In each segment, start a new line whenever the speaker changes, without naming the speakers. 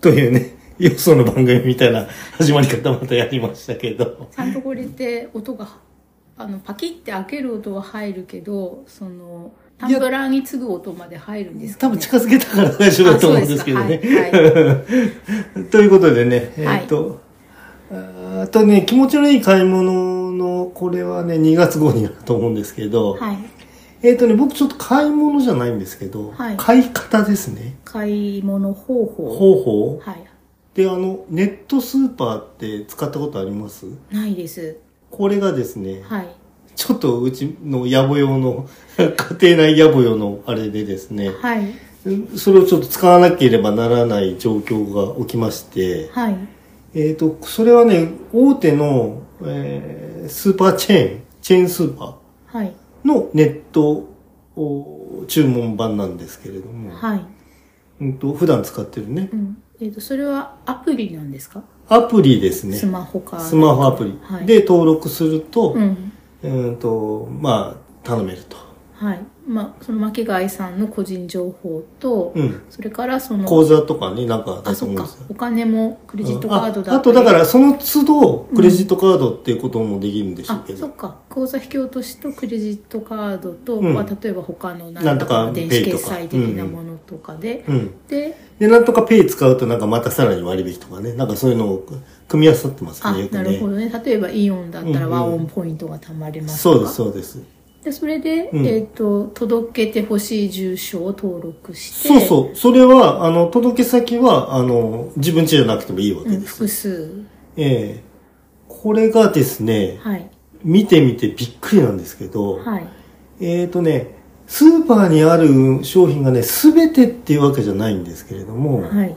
というね、よその番組みたいな始まり方またやりましたけど。
ちゃんとこれって音があのパキって開ける音は入るけどそのタンブラーに次ぐ音まで入るんです
多
か、ね、
分近づけたから大丈夫だと思うんですけどね
あそうです。
ということでね、え
はい
ーっと、あーあとね、気持ちのいい買い物の、これはね、2月号になると思うんですけど、
はい
えーっとね、僕ちょっと買い物じゃないんですけど、
はい
買い方ですね。
買い物方法
方法
はい
で、あの、ネットスーパーって使ったことあります
ないです
これがですね、
はい
ちょっとうちの野暮用の、 家庭内野暮用のあれでですね、
はい
それをちょっと使わなければならない状況が起きまして、
はい
えっ、と、それはね、大手の、えースーパーチェーン、チェーンスーパ
はい
ーのネットお注文版なんですけれども、
はい、
うんと普段使ってるね
う、んえー、とそれはアプリなんですか、
アプリですね。
スマホか
スマホアプリ。
はい
で、登録すると、
うん
うんと、まあ、頼めると。
はいまあその巻貝さんの個人情報と、
うん。
それからその
口座とかになんか
あ
だと
そっ
思うん
か
ですよ。
お金もクレジットカードだ
ああとだかららその都度クレジットカードっていうこともできるんでしょう
あ
けど、
そっか口座引き落としとクレジットカードと、
うん
まあ、例えば他の
な
何
んとか
かの電
ペイ
子
とか
決済的なものとかで、
うん
で
でなんとかペイ使うとなんかまたさらに割引とかねなんかそういうのを組み合わさってます
あ
ねよくね
なるほどね例えばイオンだった
うんう
ら
ん
ワンオンポイントが貯まりますと
そ
か、
うですそうです
でそれで、
うん
えっと届けてほしい住所を登録して
そうそうそれはあの届け先はあの自分家じゃなくてもいいわけ
う
で
ん、
す、
複数
ええこれがですね
はい
見てみてびっくりなんですけど、
はい
えーとねスーパーにある商品がね全てっていうわけじゃないんですけれども、
はい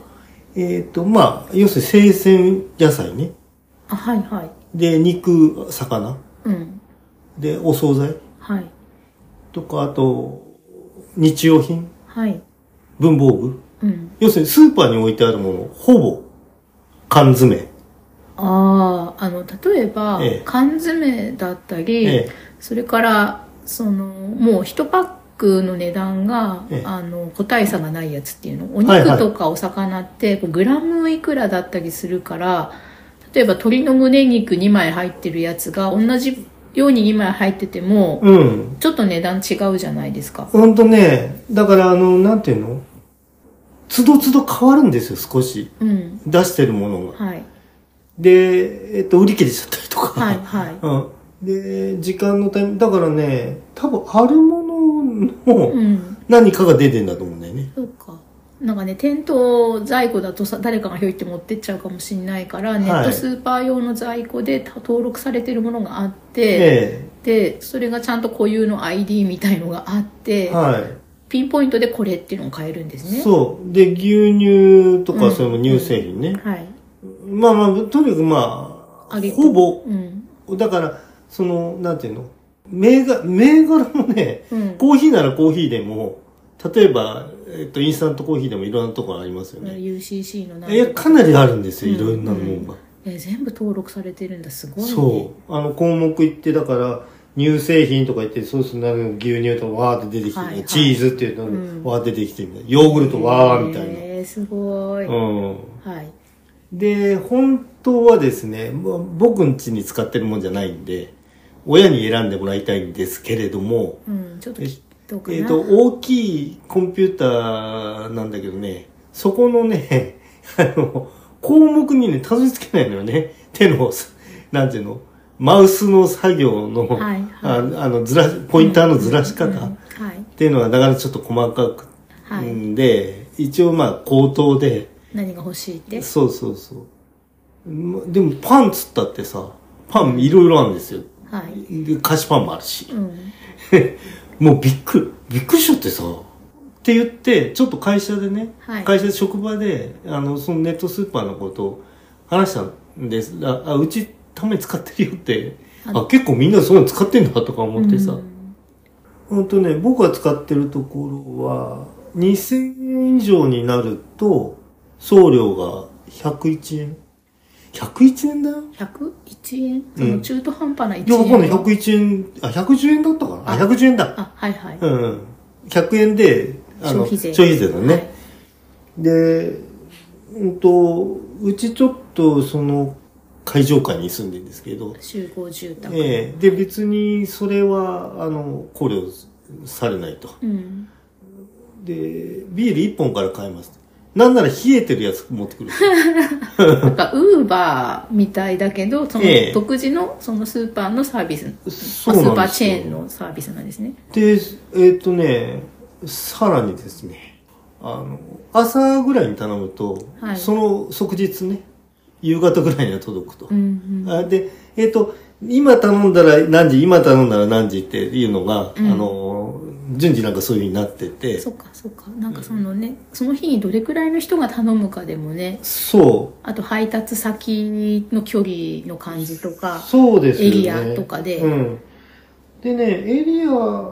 えっ、と、まあ、要するに生鮮野菜ね。
あはいはい
で、肉、魚。
うん
で、お惣菜
はい
とか、あと、日用品、
はい
文房具。
うん
要するにスーパーに置いてあるもの、ほぼ、缶詰。
あああの例えば、
ええ
缶詰だったり、
ええ
それからそのもう一パックの値段が、
ええ
あの個体差がないやつっていうのお
はいはい
肉とかお魚ってこうグラムいくらだったりするから例えば鶏の胸肉2枚入ってるやつが同じように2枚入ってても、
うん。
ちょっと値段違うじゃないですか。
ほんとね、だからあの、なんていうのつどつど変わるんですよ、少し。
うん
出してるものが。
はい
で、えっと、売り切れちゃったりとか。
はいはい
うん。で、時間のタイミング、だからね、多分あるものの
うん
何かが出てんだと思うんだよね。
そうかなんかね店頭在庫だとさ誰かがひょいって持ってっちゃうかもしれないから、ネットスーパー用の在庫でた登録されてるものがあって、
え
でそれがちゃんと固有の ID みたいのがあっ
え
て、
は
ピンポイントでこれっていうのを買えるんで
い、
すね
そうで牛乳と
う
か
ん
それも乳製品ね、
はい
まあまあとにかくまあ
あげく
ほぼ
うん
だからそのなんていうの銘柄銘柄もね
うん
コーヒーならコーヒーでも例えば、えっと、インスタントコーヒーでもいろんなところありますよね
UCC のなん
いや
と
かなりあるんですよ
う
い
ん
ろんなもんが、
え全部登録されてるんだすごいね
そうあの項目いってだから乳製品とか言ってそうするとなんか牛乳とわーって出てきて、
はいはい
チーズっていうの、
うん
わーって出てきてみたいなヨーグルトわーみたいな、
えーすごい、
うん
はい
で、本当はですね、まあ僕ん家に使ってるもんじゃないんで、親に選んでもらいたいんですけれども、
うんちょっときっとかな
えっ、と、大きいコンピューターなんだけどね、そこのね、 あの、項目にね、たどり着けないのよね。手の、なんていうの、マウスの作業の、
はいはい
ああの、ずらし、ポインターのずらし方
うん
っ
はい
ていうのは、なかなかちょっと細かく、
はい
んで、一応まあ、口頭で、
何が欲しいって
そうそうそう。までもパンつったってさ、パンいろいろあるんですよ。
はい
で菓子パンもあるし
う。ん
もうびっくり、びっくりしちゃってさ。って言って、ちょっと会社でね、
はい
会社で職場で、あの、そのネットスーパーのことを話したんです。あ、あうちために使ってるよって。
あの
あ、結構みんなそういうの使ってんだとか思ってさ。
うん
ほんとね、僕が使ってるところは、2000円以上になると、送料が101円。101円だよ。
101円
う
そ
ん
の中途半端な1
いや、わかんない。
円は、
101円、あ、110円だったかなあ、
あ
110円だ。
あはいはい、
うん。100円で、あの、
消費税
消費税だね。
はい
で、うんと、うちちょっとその会場下に住んでるんですけど、
集合住宅、
ええで、別にそれは、あの、考慮されないと。
うん
で、ビール1本から買えます。なんなら冷えてるやつ持 ってくる。
なんかウーバーみたいだけどその
ええ
独自のそのスーパーのサービス、
そうな
ス
ん
ー
ですよ
パーチェーンのサービスなんですね
で、えっ、とね、さらにですね、あの、朝ぐらいに頼むと、
はい
その即日ね、夕方ぐらいには届くと
う。ん
あで、えっ、と、今頼んだら何時、今頼んだら何時っていうのが、
うん
あの、順次なんかそういう風になって
う
て、
んそ
そ
っかそっかなんかそのね、その日にどれくらいの人が頼むかでもね
う、
あと配達先の距離の感じとか
そうですよね。
エリアとかで
うん。でね、エリア、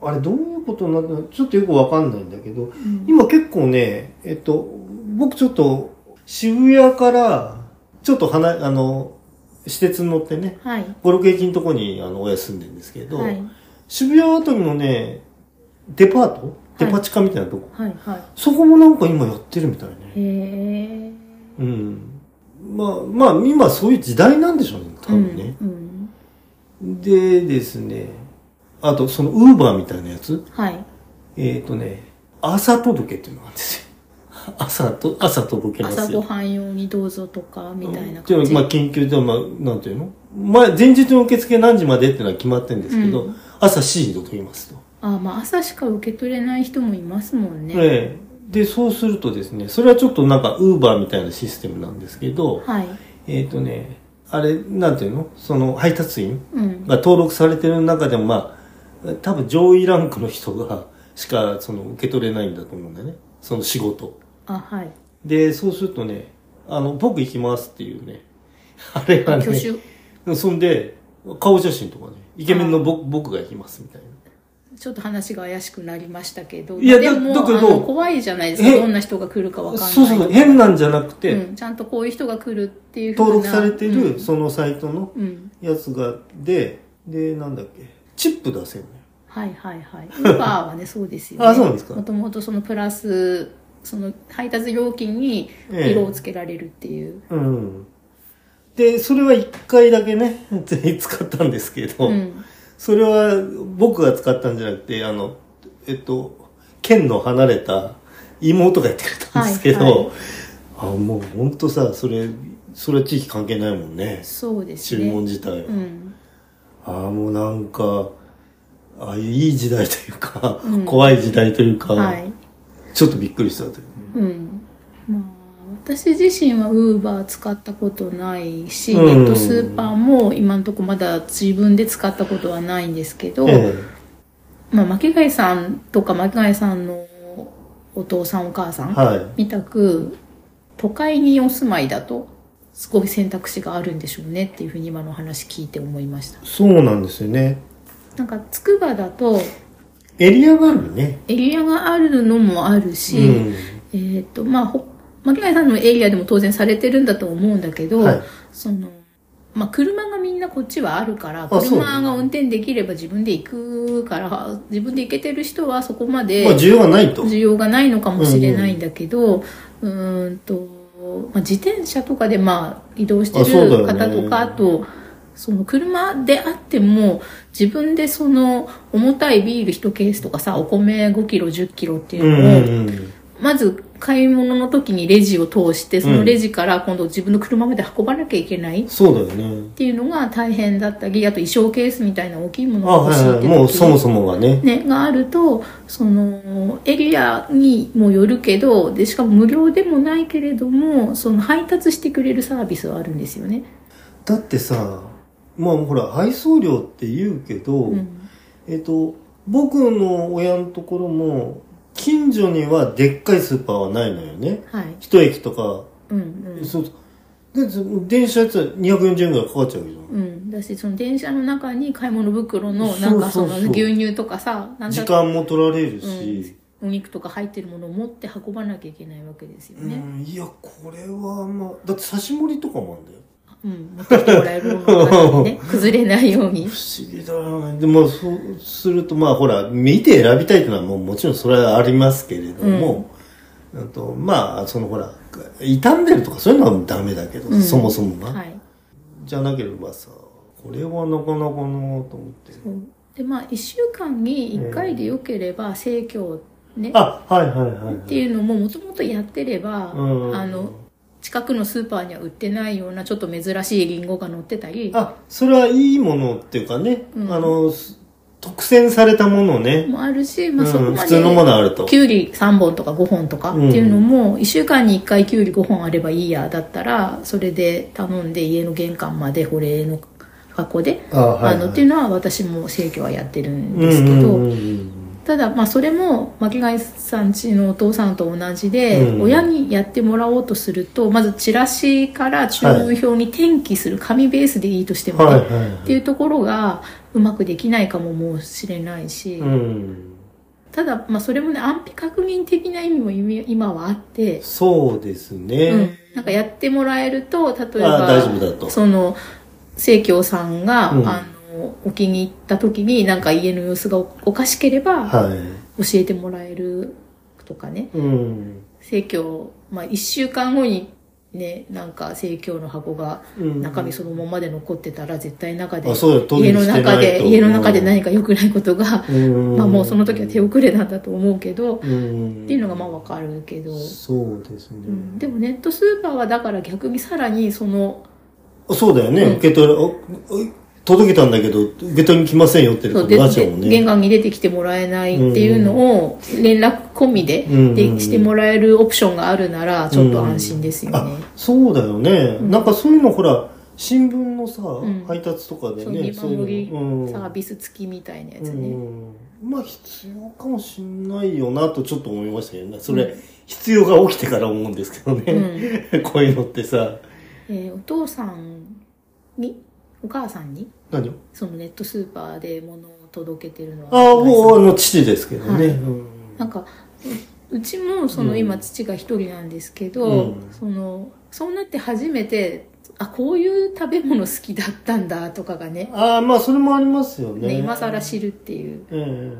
あれどういうことになってるのちょっとよくわかんないんだけど、
うん
今結構ね、えっと、僕ちょっと渋谷から、ちょっと離、あの、私鉄に乗ってね、
はい
5、6駅のとこにあの親住んでるんですけど、
はい
渋谷あたりのね、デパートデパ地下みたいなとこ、
はいは
そこもなんか今やってるみたいね
い。へえ
うん。まあ、まあ、今そういう時代なんでしょうね、多分ね。
うんうん、
でですね、あと、その、ウーバーみたいなやつ
はい
えっ、とね、朝届けっていうのがあるんですよ。 朝と、朝届けますよ。
朝ごはん用にどうぞとかみたいな
っていう
感
の
じ、
はまあ、緊急で、まあ、なんていうの前、前日の受付何時までっていうのは決まってるんですけど、
うん
朝7時に届きますと。
あまあ朝しか受け取れない人もいますもんね、
ええで、そうするとですね、それはちょっとなんか、ウーバーみたいなシステムなんですけど、
はい
えっ、とね、あれ、なんていうのその、配達員
うん
が登録されてる中でも、まあ、多分上位ランクの人が、しか、その、受け取れないんだと思うんだよね。その仕事。
あはい
で、そうするとね、あの、僕行きますっていうね、 あれがね、
挙手
そんで、顔写真とかね、イケメンの僕僕が行きますみたいな。
ちょっと話が怪しくなりましたけど
いや
でも
だだけど
あの怖いじゃないですか
え
どんな人が来るかわかんない
そうそう、変なんじゃなくて、
うん、ちゃんとこういう人が来るっていうふうな
登録されて
う
る
ん
そのサイトの
うん
やつが、で、で、なんだっけ、チップ出せるのよ。
はいはいはい ウーバーはねそうですよね
あそうなんですか
もともとそのプラスその配達料金に
ええ
色をつけられるっていう、
うん。で、それは一回だけね、 全員使ったんですけど、
うん
それは僕が使ったんじゃなくて、あの、えっと、県の離れた妹がやってくれたんですけど、
はいはい
あ、もうほんとさ、それ、それは地域関係ないもんね。
そうです
注文
ね
自体は。
うん
ああ、もうなんか、ああいういい時代というか、
うん
怖い時代というか、
はい
ちょっとびっくりしたという。
うんまあ私自身はウーバー使ったことないし、
うん
ネットスーパーも今のとこまだ自分で使ったことはないんですけど、
え
まあ、巻貝さんとか巻貝さんのお父さんお母さ
え
ん
は
みたく都会にお住まいだとすごい選択肢があるんでしょうねっていうふうに今のお話聞いて思いました
い。そうなんですよね。
なんか筑波だと
エリアがあるね。
エリアがあるのもあるし、
うん。
えーっ、と、まあ、ほ巻貝さんのエリアでも当然されてるんだと思うんだけど、
はい
その、まあ、車がみんなこっちはあるから、
あそう
車が運転できれば自分で行くから、自分で行けてる人はそこまで
まあ、需要がないと。
需要がないのかもしれないんだけど、うーんと、まあ、自転車とかでまあ移動して
あそうだよ
る
ね
方とか、あと、その車であっても自分でその重たいビール1ケースとかさお米5キロ1 0キロっていうう
う
んのを、
んうん。
まず買い物の時にレジを通して、そのレジから今度自分の車まで運ばなきゃいけないっ
そうだよね。
ていうのが大変だったり、あと衣装ケースみたいな大きいも
あ、
のが欲
は
し
い
い
は
っ
い。
て
もうそも
時
そもがね。
ね、があると、そのエリアにもよるけど、で、しかも無料でもないけれども、その配達してくれるサービスはあるんですよね。
だってさ、まあほら、配送料って言うけど、
うん。
えっと、僕の親のところも、近所にはでっかいスーパーはないのよね。
はい。
一駅とか、
うんうん。
そうそうでそ電車やつは240円ぐらいかかっちゃうじゃん
うん、だしその電車の中に買い物袋のなんかそ
そ
の
うそうそう
牛乳とかさなん
時
だ
間も取られるし、
お肉とか入ってるものを持って運ばなきゃいけないわけですよ
うん
ね。
いやこれはまあだって刺し盛りとかもあるんだよ
うん、持ってきてもらえるものだからね、崩れないように。
不思議だなでもそうするとまあほら見て選びたいっていうのはもうもちろんそれはありますけれども、あとまあそのほら傷んでるとかそういうのはダメだけど、
うん
そもそもが、
はい
じゃなければさこれはなかなかなと思って
そうでまあ1週間に1回でよければ生協ね、
あはいはいはい、はい、
っていうのももともとやってれば、
うん
あの近くのスーパーには売ってないようなちょっと珍しいリンゴが乗ってたり
あそれはいいものっていうかね、
うん
あのす特選されたものをね、
もあるし、まあ、
うん
そこまで、
普通のものあると
きゅうり3本とか5本とかっていうのも1週間に1回きゅうり5本あればいいやだったらそれで頼んで家の玄関まで保冷の箱で。
あはい、はい、
あのっていうのは私も生協はやってるん
うん
ですけど、
うんうんうん
ただまあそれも巻貝さんちのお父さんと同じで、
うん
親にやってもらおうとするとまずチラシから注文表に転記する紙ベースでいいとしてもね、
はいはい
っていうところがうまくできないかもしれないし、
うん
ただまあそれもね安否確認的な意味も今今はあって、
そうですね、
うん、なんかやってもらえると例え
あ大丈
ば
夫だと
その生協さんが、
うん
あのお気に入った時になんか家の様子がおおかしければ、
は
教えてもらえるとかね
いうん
生協、まあ、1週間後にねなんか生協の箱が
うん
中身そのままで残ってたら絶対中で
あそうだ当
家
然
の
してない
中
と
で家の中で何か良くないことが、
うん
まあ、もうその時は手遅れなんだと思うけど、っ
うん
ていうのがまあわかるけど、
そうですね、
うんでもネットスーパーはだから逆にさらにその
そうだよね、
うん
受け取るおお届けたんだけど受け取りに来ませんよって
そ
こ
う
と
で
になっちゃうもん
で玄
ね
関に出てきてもらえないっていうのを連絡込みで,、
うん
でしてもらえるオプションがあるならちょっと安心ですよね。
あそうだよね、
うん
なんかそういうのほら新聞のさ、
ん
配達とかで
そう
ね
見
そうい
守り
うのうん
サービス付きみたいなやつ
う
ね、
んまあ必要かもしんないよなとちょっと思いましたけどねそれ、
うん
必要が起きてから思うんですけど
うん
ね、 こういうのってさ
えーお父さんにお母さんに
何
そのネットスーパーで物を届けてるの
ああ
お母さん
もうあの父ですけどね、
はい
うん
なんかううちもその
うん
今父が一人なんですけど、
うん
そのそうなって初めてあこういう食べ物好きだったんだとかがね
ああまあそれもありますよね
ね今更知るっていう
え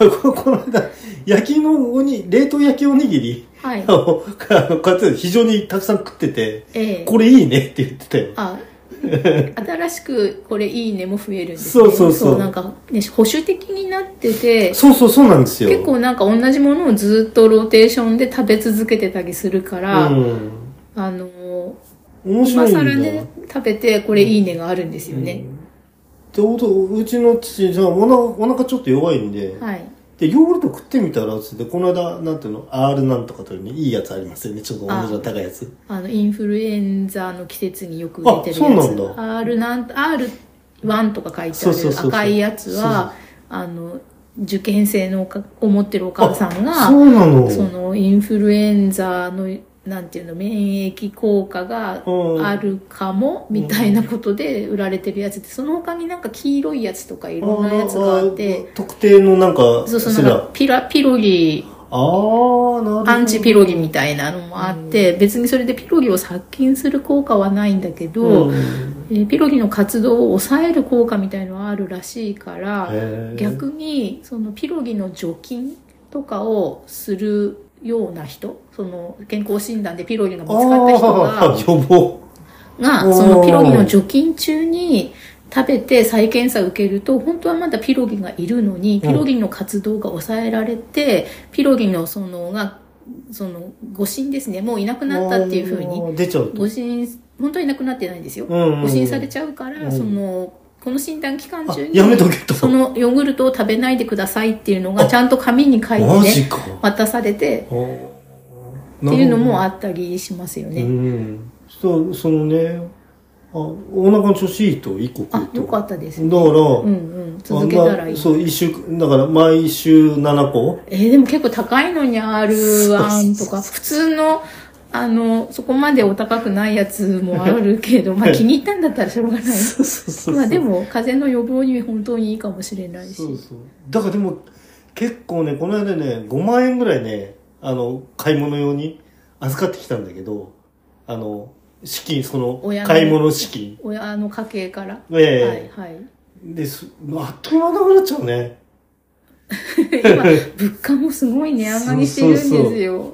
え ここの間、焼きのおに、冷凍焼きおにぎり
はい
あの、あの買って非常にたくさん食ってて、
ええ
これいいねって言ってたよ。
あ新しくこれいいねも増えるんです
そうそうそう
なんか、ね、保守的になってて
そうそうそうなんですよ。
結構なんか同じものをずっとローテーションで食べ続けてたりするから、
うん。
あの
面白
今
いんだ。
更ね食べてこれいいねがあるんですよね、
で、おと、うちの父、じゃあお腹、お腹ちょっと弱いんで、
はい
で、ヨーグルト食ってみたら、つって、この間、なんていうの、R なんとかというね、いいやつありますよね。ちょっとお値段高いやつ。
あのインフルエンザの季節によく出てるやつ
あそうなんだ
R なん R1 とか書いて
そうそうそう
あ
そ
る
う
赤いやつはあの受験生のおかを持ってるお母さんが
そうなの。
そのインフルエンザのなんていうの免疫効果が
うん
あるかもみたいなことで売られてるやつでその他になんか黄色いやつとかいろんなやつがあっ
あー
て
あー特定のなんか、
そうそう
そ
な
れ
ん
だ
かピラピロリ
ああ、なるほど。
アンチピロリみたいなのもあって別にそれでピロリを殺菌する効果はないんだけど、
うん
えーピロリの活動を抑える効果みたいのはあるらしいから。
へー
逆にそのピロリの除菌とかをするような人その健康診断でピロリが見つかった人
あ
が
ー 予防
がそのピロリの除菌中に食べて再検査受けると本当はまだピロリがいるのに
う
ピ
ん
ロリの活動が抑えられてピロリのそのがその誤診ですねもういなくなったっていうふうに
あー出ちゃうと
誤診本当にいなくなってないんですよ
うんうんうん
誤診されちゃうから
うん
そのこの診断期間
あ
中に
やめとけと
そのヨーグルトを食べないでくださいっていうのが
あ
ちゃんと紙に書い
マ
て
ジ
ね
か
渡されて
って
っていうのも
あ
あったりしますよ
るう
ね。
んそうそのねあお腹の調子いいと一個食う
あ、
と
よかったです。
だから、
うんうん。続けたらい
あ
い
な。そう一週だから毎週7個
えーでも結構高いのに
そうそ
R1 と
うそう
か、普通の、あの、そこまでお高くないやつもあるけど、まあ気に入ったんだったらしょうがない。
そうそうそう
まあでも、風邪の予防に本当にいいかもしれないし
そ。うそうだからでも結構ねこの間ね5万円ぐらいねあの買い物用に預かってきたんだけどあの資金その
親の
買い物資金
親の家計から。
ええ
はいはい。
ですあっという間なくなっちゃうね
今物価もすごい値上がりしてるんですよ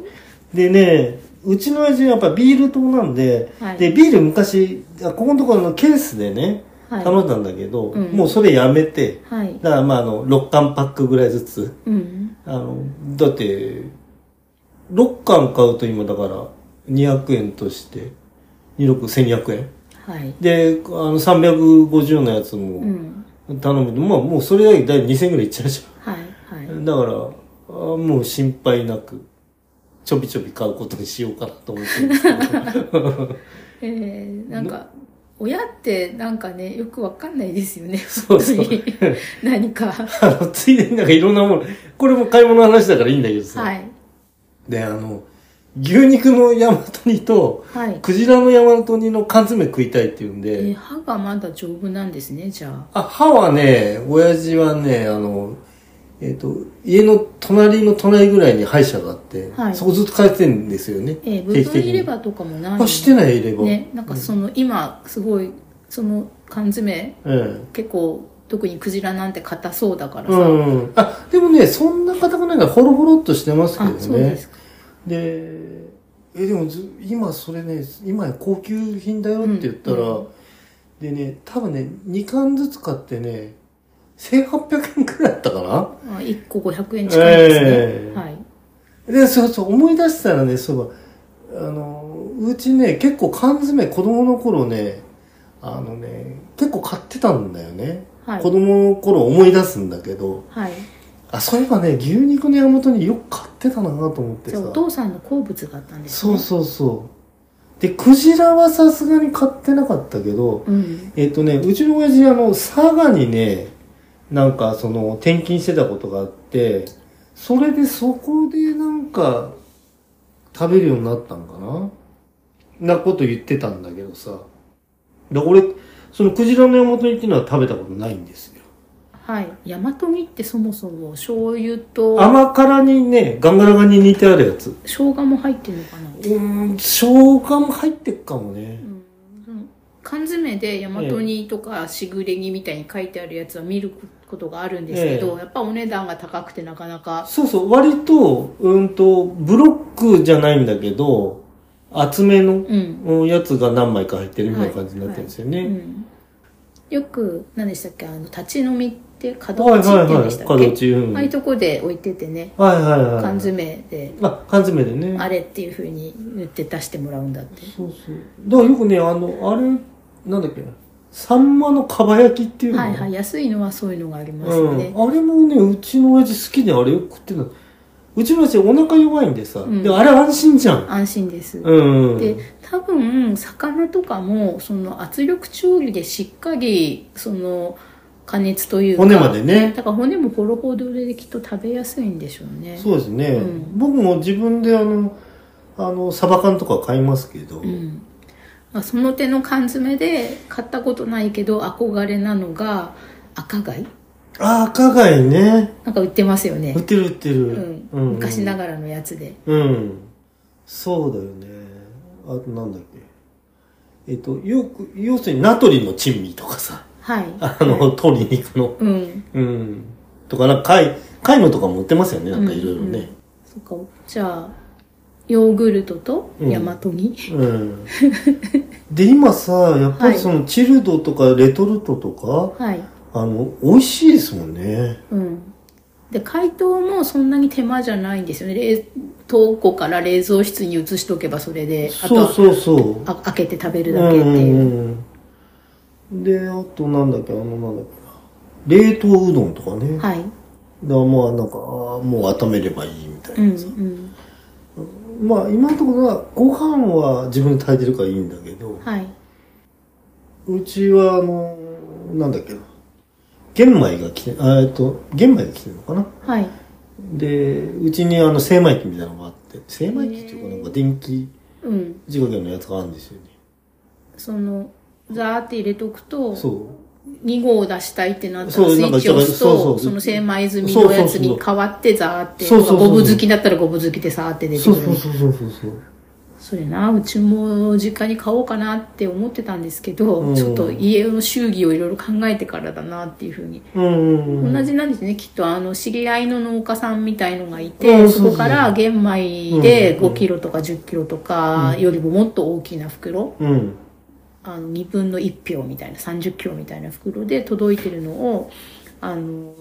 でね、うちの親父はやっぱビール党なんで、
はい
で、ビール昔、あここのところのケースでね、
はい
頼んだんだけど、
うん
もうそれやめて、
はい
だからまああの、6缶パックぐらいずつ、
うん
あの、だって、6缶買うと今だから、200円として、26、1200円。
はい
で、あの、350のやつ
う
も
ん
頼むと、まあもうそれだけだい2000円ぐらいいっちゃうじ
はいはい
ゃん。だから、あもう心配なく、ちょびちょび買うことにしようかなと思ってるんですけど。
えー、なんか親ってなんかねよくわかんないですよね
そうそう
本当 に何か
あの、ついでになんかいろんなもの、これも買い物の話だからいいんだけどさ。
はい
で、あの、牛肉の山マトと、
はい
クジラの山マトの缶詰食いたいって言うん
え
で、
ー歯がまだ丈夫なんですねじゃあ
あ、歯はね、親父はね、あの、えっ、と、家の隣の隣ぐらいに歯医者があって、
はい
そこずっと通ってんですよね。
えー、部
定期
分
的
入
に
れ歯とかもない
あ、してない入れ歯。
ねなんかその、今すごいその缶詰
うん。
結構特にクジラなんて硬そうだから
う
さ、
ん。あ、でもね、そんな硬くないから、ホロホロっとしてますけど
あ
ね。
そうですか
でえでもず今それね今や高級品だよって言ったら、
うんう
でね多分ね2缶ずつ買ってね1800円くらいだったかな
あ1個500円近いですね、
えー
はい
でそうそう思い出したらねそういえばあのうちね結構缶詰子供の頃ねあのね結構買ってたんだよね、
はい
子供の頃思い出すんだけど
はい
あそういえばね牛肉の山本によく買ってたなと思って
じゃ
さ
あお父さんの好物があったんです
そう
ね
そうそう。で、クジラはさすがに買ってなかったけど、
ううん
えっ、とね、うちの親父、あの、佐賀にね、なんかその、転勤してたことがあって、それでそこでなんか、食べるようになったんかななこと言ってたんだけどさ。で、俺、そのクジラの山本にっていうのは食べたことないんですよ。
はい大和煮ってそもそも醤油と
甘辛にね、ガンガラガンに煮てあるやつ。
生姜も入ってるのかな、
うーん、生姜も入ってっかもね。
うんうん、缶詰で大和煮とかしぐれ煮みたいに書いてあるやつは見ることがあるんですけど、やっぱお値段が高くてなかなか
そうそう、割と、うんと、ブロックじゃないんだけど、厚めの
うん、
うんやつが何枚か入ってるみたいな感じになってるんですよね。
うん、よく何でしたっけあの立ち飲みって角
はい
打ちって
はい
言うん
は
で
い
し。たっけ、
角打ち、うん。
あ
は
あい
いう
とこで置いててね
はいはい。
缶。詰で
あ、缶詰でね。
あれっていうふうに言って出してもらうんだって
そうそう。だからよくね、あの、あれ、なんだっけな、サンマのかば焼きっていうの。
はいはい安いのはそういうのがありますよね、
うん、あれもねうちの親父好きであれよく食ってたうちの親父お腹弱いんでさ、
うん
であれ安心じゃん
安心です、
うん
で多分魚とかもその圧力調理でしっかりその加熱というか
骨までね
だから骨もほろほろできっと食べやすいんでしょうね
そうですね、
うん
僕も自分であのあのサバ缶とか買いますけど、
うん、あその手の缶詰で買ったことないけど憧れなのが赤貝
ああ赤貝ね
なんか売ってますよね
売ってる売って
う
る
ん、昔ながらのやつで
うんそうだよねあとなんだっけえっとよく要するにナトリの珍味とかさ
はい
あの、鶏肉の
うん
うんとかなんか貝貝のとかも売ってますよねなんかいろいろね
そっかじゃあヨーグルトとヤマトギ
うん、で今さやっぱりそのチルドとかレトルトとか、
はい
あの美味しいですもんね
うんで解凍もそんなに手間じゃないんですよね冷凍庫から冷蔵室に移しとけばそれであと
そ
は
うそうそう
あ開けて食べるだけっていう,、
んうんうん、であとなんだっけあのなんだっけな冷凍うどんとかね、だか
はい
らまあなんかあーもう温めればいいみたい
うん
な
う
さ、
ん
まあ今のところはご飯は自分で炊いてるからいいんだけど
はいう
ちはあのなんだっけな玄米が来てあえっと玄米が来てるのかな
はい
でうちにあの精米機みたいなのがあって精米機っていうかなんか電気
うん
自家用のやつがあるんですよね
そのザーって入れとくと
そう
2号を出したいってなった
そ
ら
う
スイッチを押す
なんかだからそうそ
と
う
その精米済みのやつに変わってザーって
そうそうそう
ゴブ好きだったらゴブ好きでザーって出てく
そう
る
そうそうそうそうそう
それなうちも実家に買おうかなって思ってたんですけど、
うん
ちょっと家の祝儀をいろいろ考えてからだなっていうふうに、
うんうんうん
同じなんですねきっとあの知り合いの農家さんみたいのがいて、
うん
そこか
そ
ら
う
玄米
う
で
んうん
5キロとか1 0キロとかよりももっと大きな袋、
うん
あの2分の1票みたいな3 0キロみたいな袋で届いてるのをあの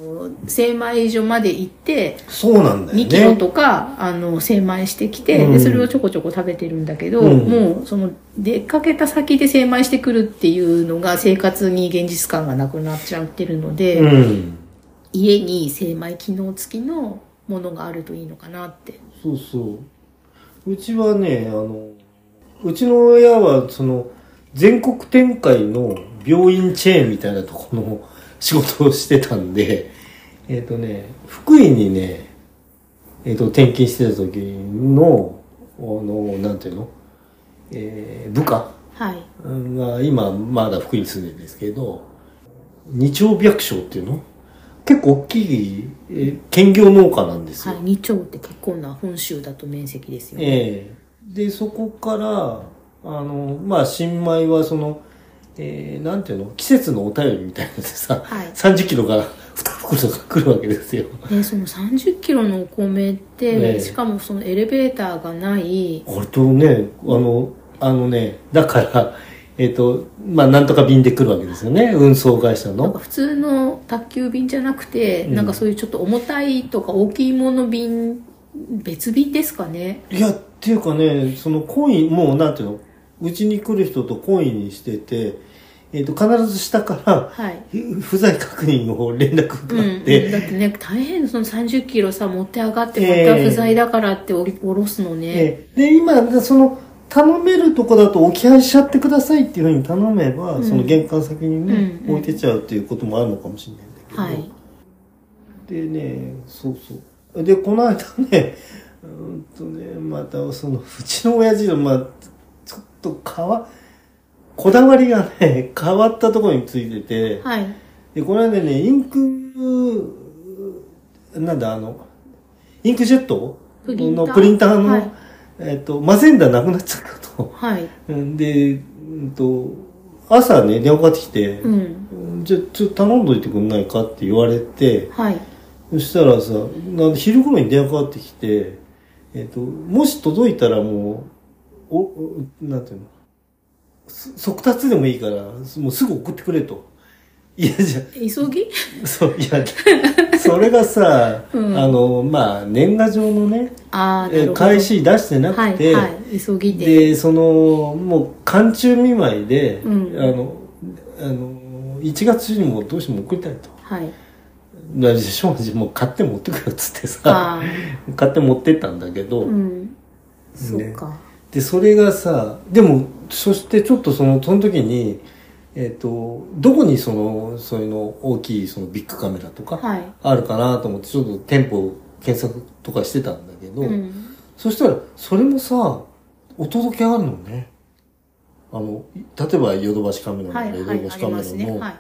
精米所まで行って
そうなんだよね
2キロとか、あの精米してきて、
うん
でそれをちょこちょこ食べてるんだけど、
うん
もうその出かけた先で精米してくるっていうのが生活に現実感がなくなっちゃってるので、
うん
家に精米機能付きのものがあるといいのかなって。
そうそううちはねあのうちの親はその全国展開の病院チェーンみたいなところの仕事をしてたんでえっ、とね福井にねえっ、と転勤してた時のあのなんていうの、えー部下
はい。
が今まだ福井に住んでるんですけど二丁百姓っていうの結構大きい、えー兼業農家なんですよ
はい。、二丁って結構な本州だと面積ですよね。
ええで、そこから、あの、まあ、新米はその、えー、なんていうの季節のお便りみたいなのでさ、
はい
30キロから2袋とか来るわけですよ。
でその3 0キロのお米って、
ええ
しかもそのエレベーターがない
これとね、あの、あのね、だから、えっ、と、まあ、なんとか便で来るわけですよね、運送会社
なんか
の。
普通の宅急便じゃなくて、なんかそういうちょっと重たいとか大きいもの便別便ですかね
いや、っていうかね、そのコイン、もうなんていうのうちに来る人とコインにしてて、えっ、と、必ず下から、
はい
不在確認を連絡
うん、
があっ
う
て
ん、だってね大変その3 0キロさ持って上がってま
え
た
え
不在だからってお下ろすのね、
ええで今その頼めるとこだと置き配しちゃってくださいっていうふうに頼めば、
うん
その玄関先にね、
うんうん
置いてっちゃうっていうこともあるのかもしれないんだけど、
はい
でねそうそうでこの間ねうーんとねまたそのうちの親父のまあちょっと変わこだわりがね変わったところについてて、
はい
で、この間ね、インク、なんだ、あの、インクジェット
プリンター
のプリンターの、
はい
えっと、マゼンダーなくなっちゃったと。
はい
うんで、うんと、朝ね、電話かかってきて、
うん
うんじゃあ、ちょっと頼んどいてくんないかって言われて、
はい
そしたらさ、なんで昼頃に電話かかってきて、えっ、と、もし届いたらもう、お、おなんていうの、す速達でもいいから、もうすぐ送ってくれと。いや、じゃあ
急ぎ
そういやそれがさ、
うん
あのまあ年賀状のね
ああなる
え
ほど
開始出してな
は
く
い
て、
はい急ぎで
でそのもう寒中見舞いで、
うん
あのあの1月にもどうしても送りたいと。
はい
なじしょうじもう買って持ってくよっつってさ
あ
買って持ってったんだけど、
あうんそうか、
でそれがさでもそしてちょっとそのその時にえっ、とどこにそのそういうの大きいそのビッグカメラとか、
はい
あるかなと思ってちょっと店舗検索とかしてたんだけど、
うん
そしたらそれもさお届けあるのねあのい例えばヨドバシカメラ
は
の
い
ヨド
は
バ
いあ
シカメ
り
ラ
ますね
の、
はい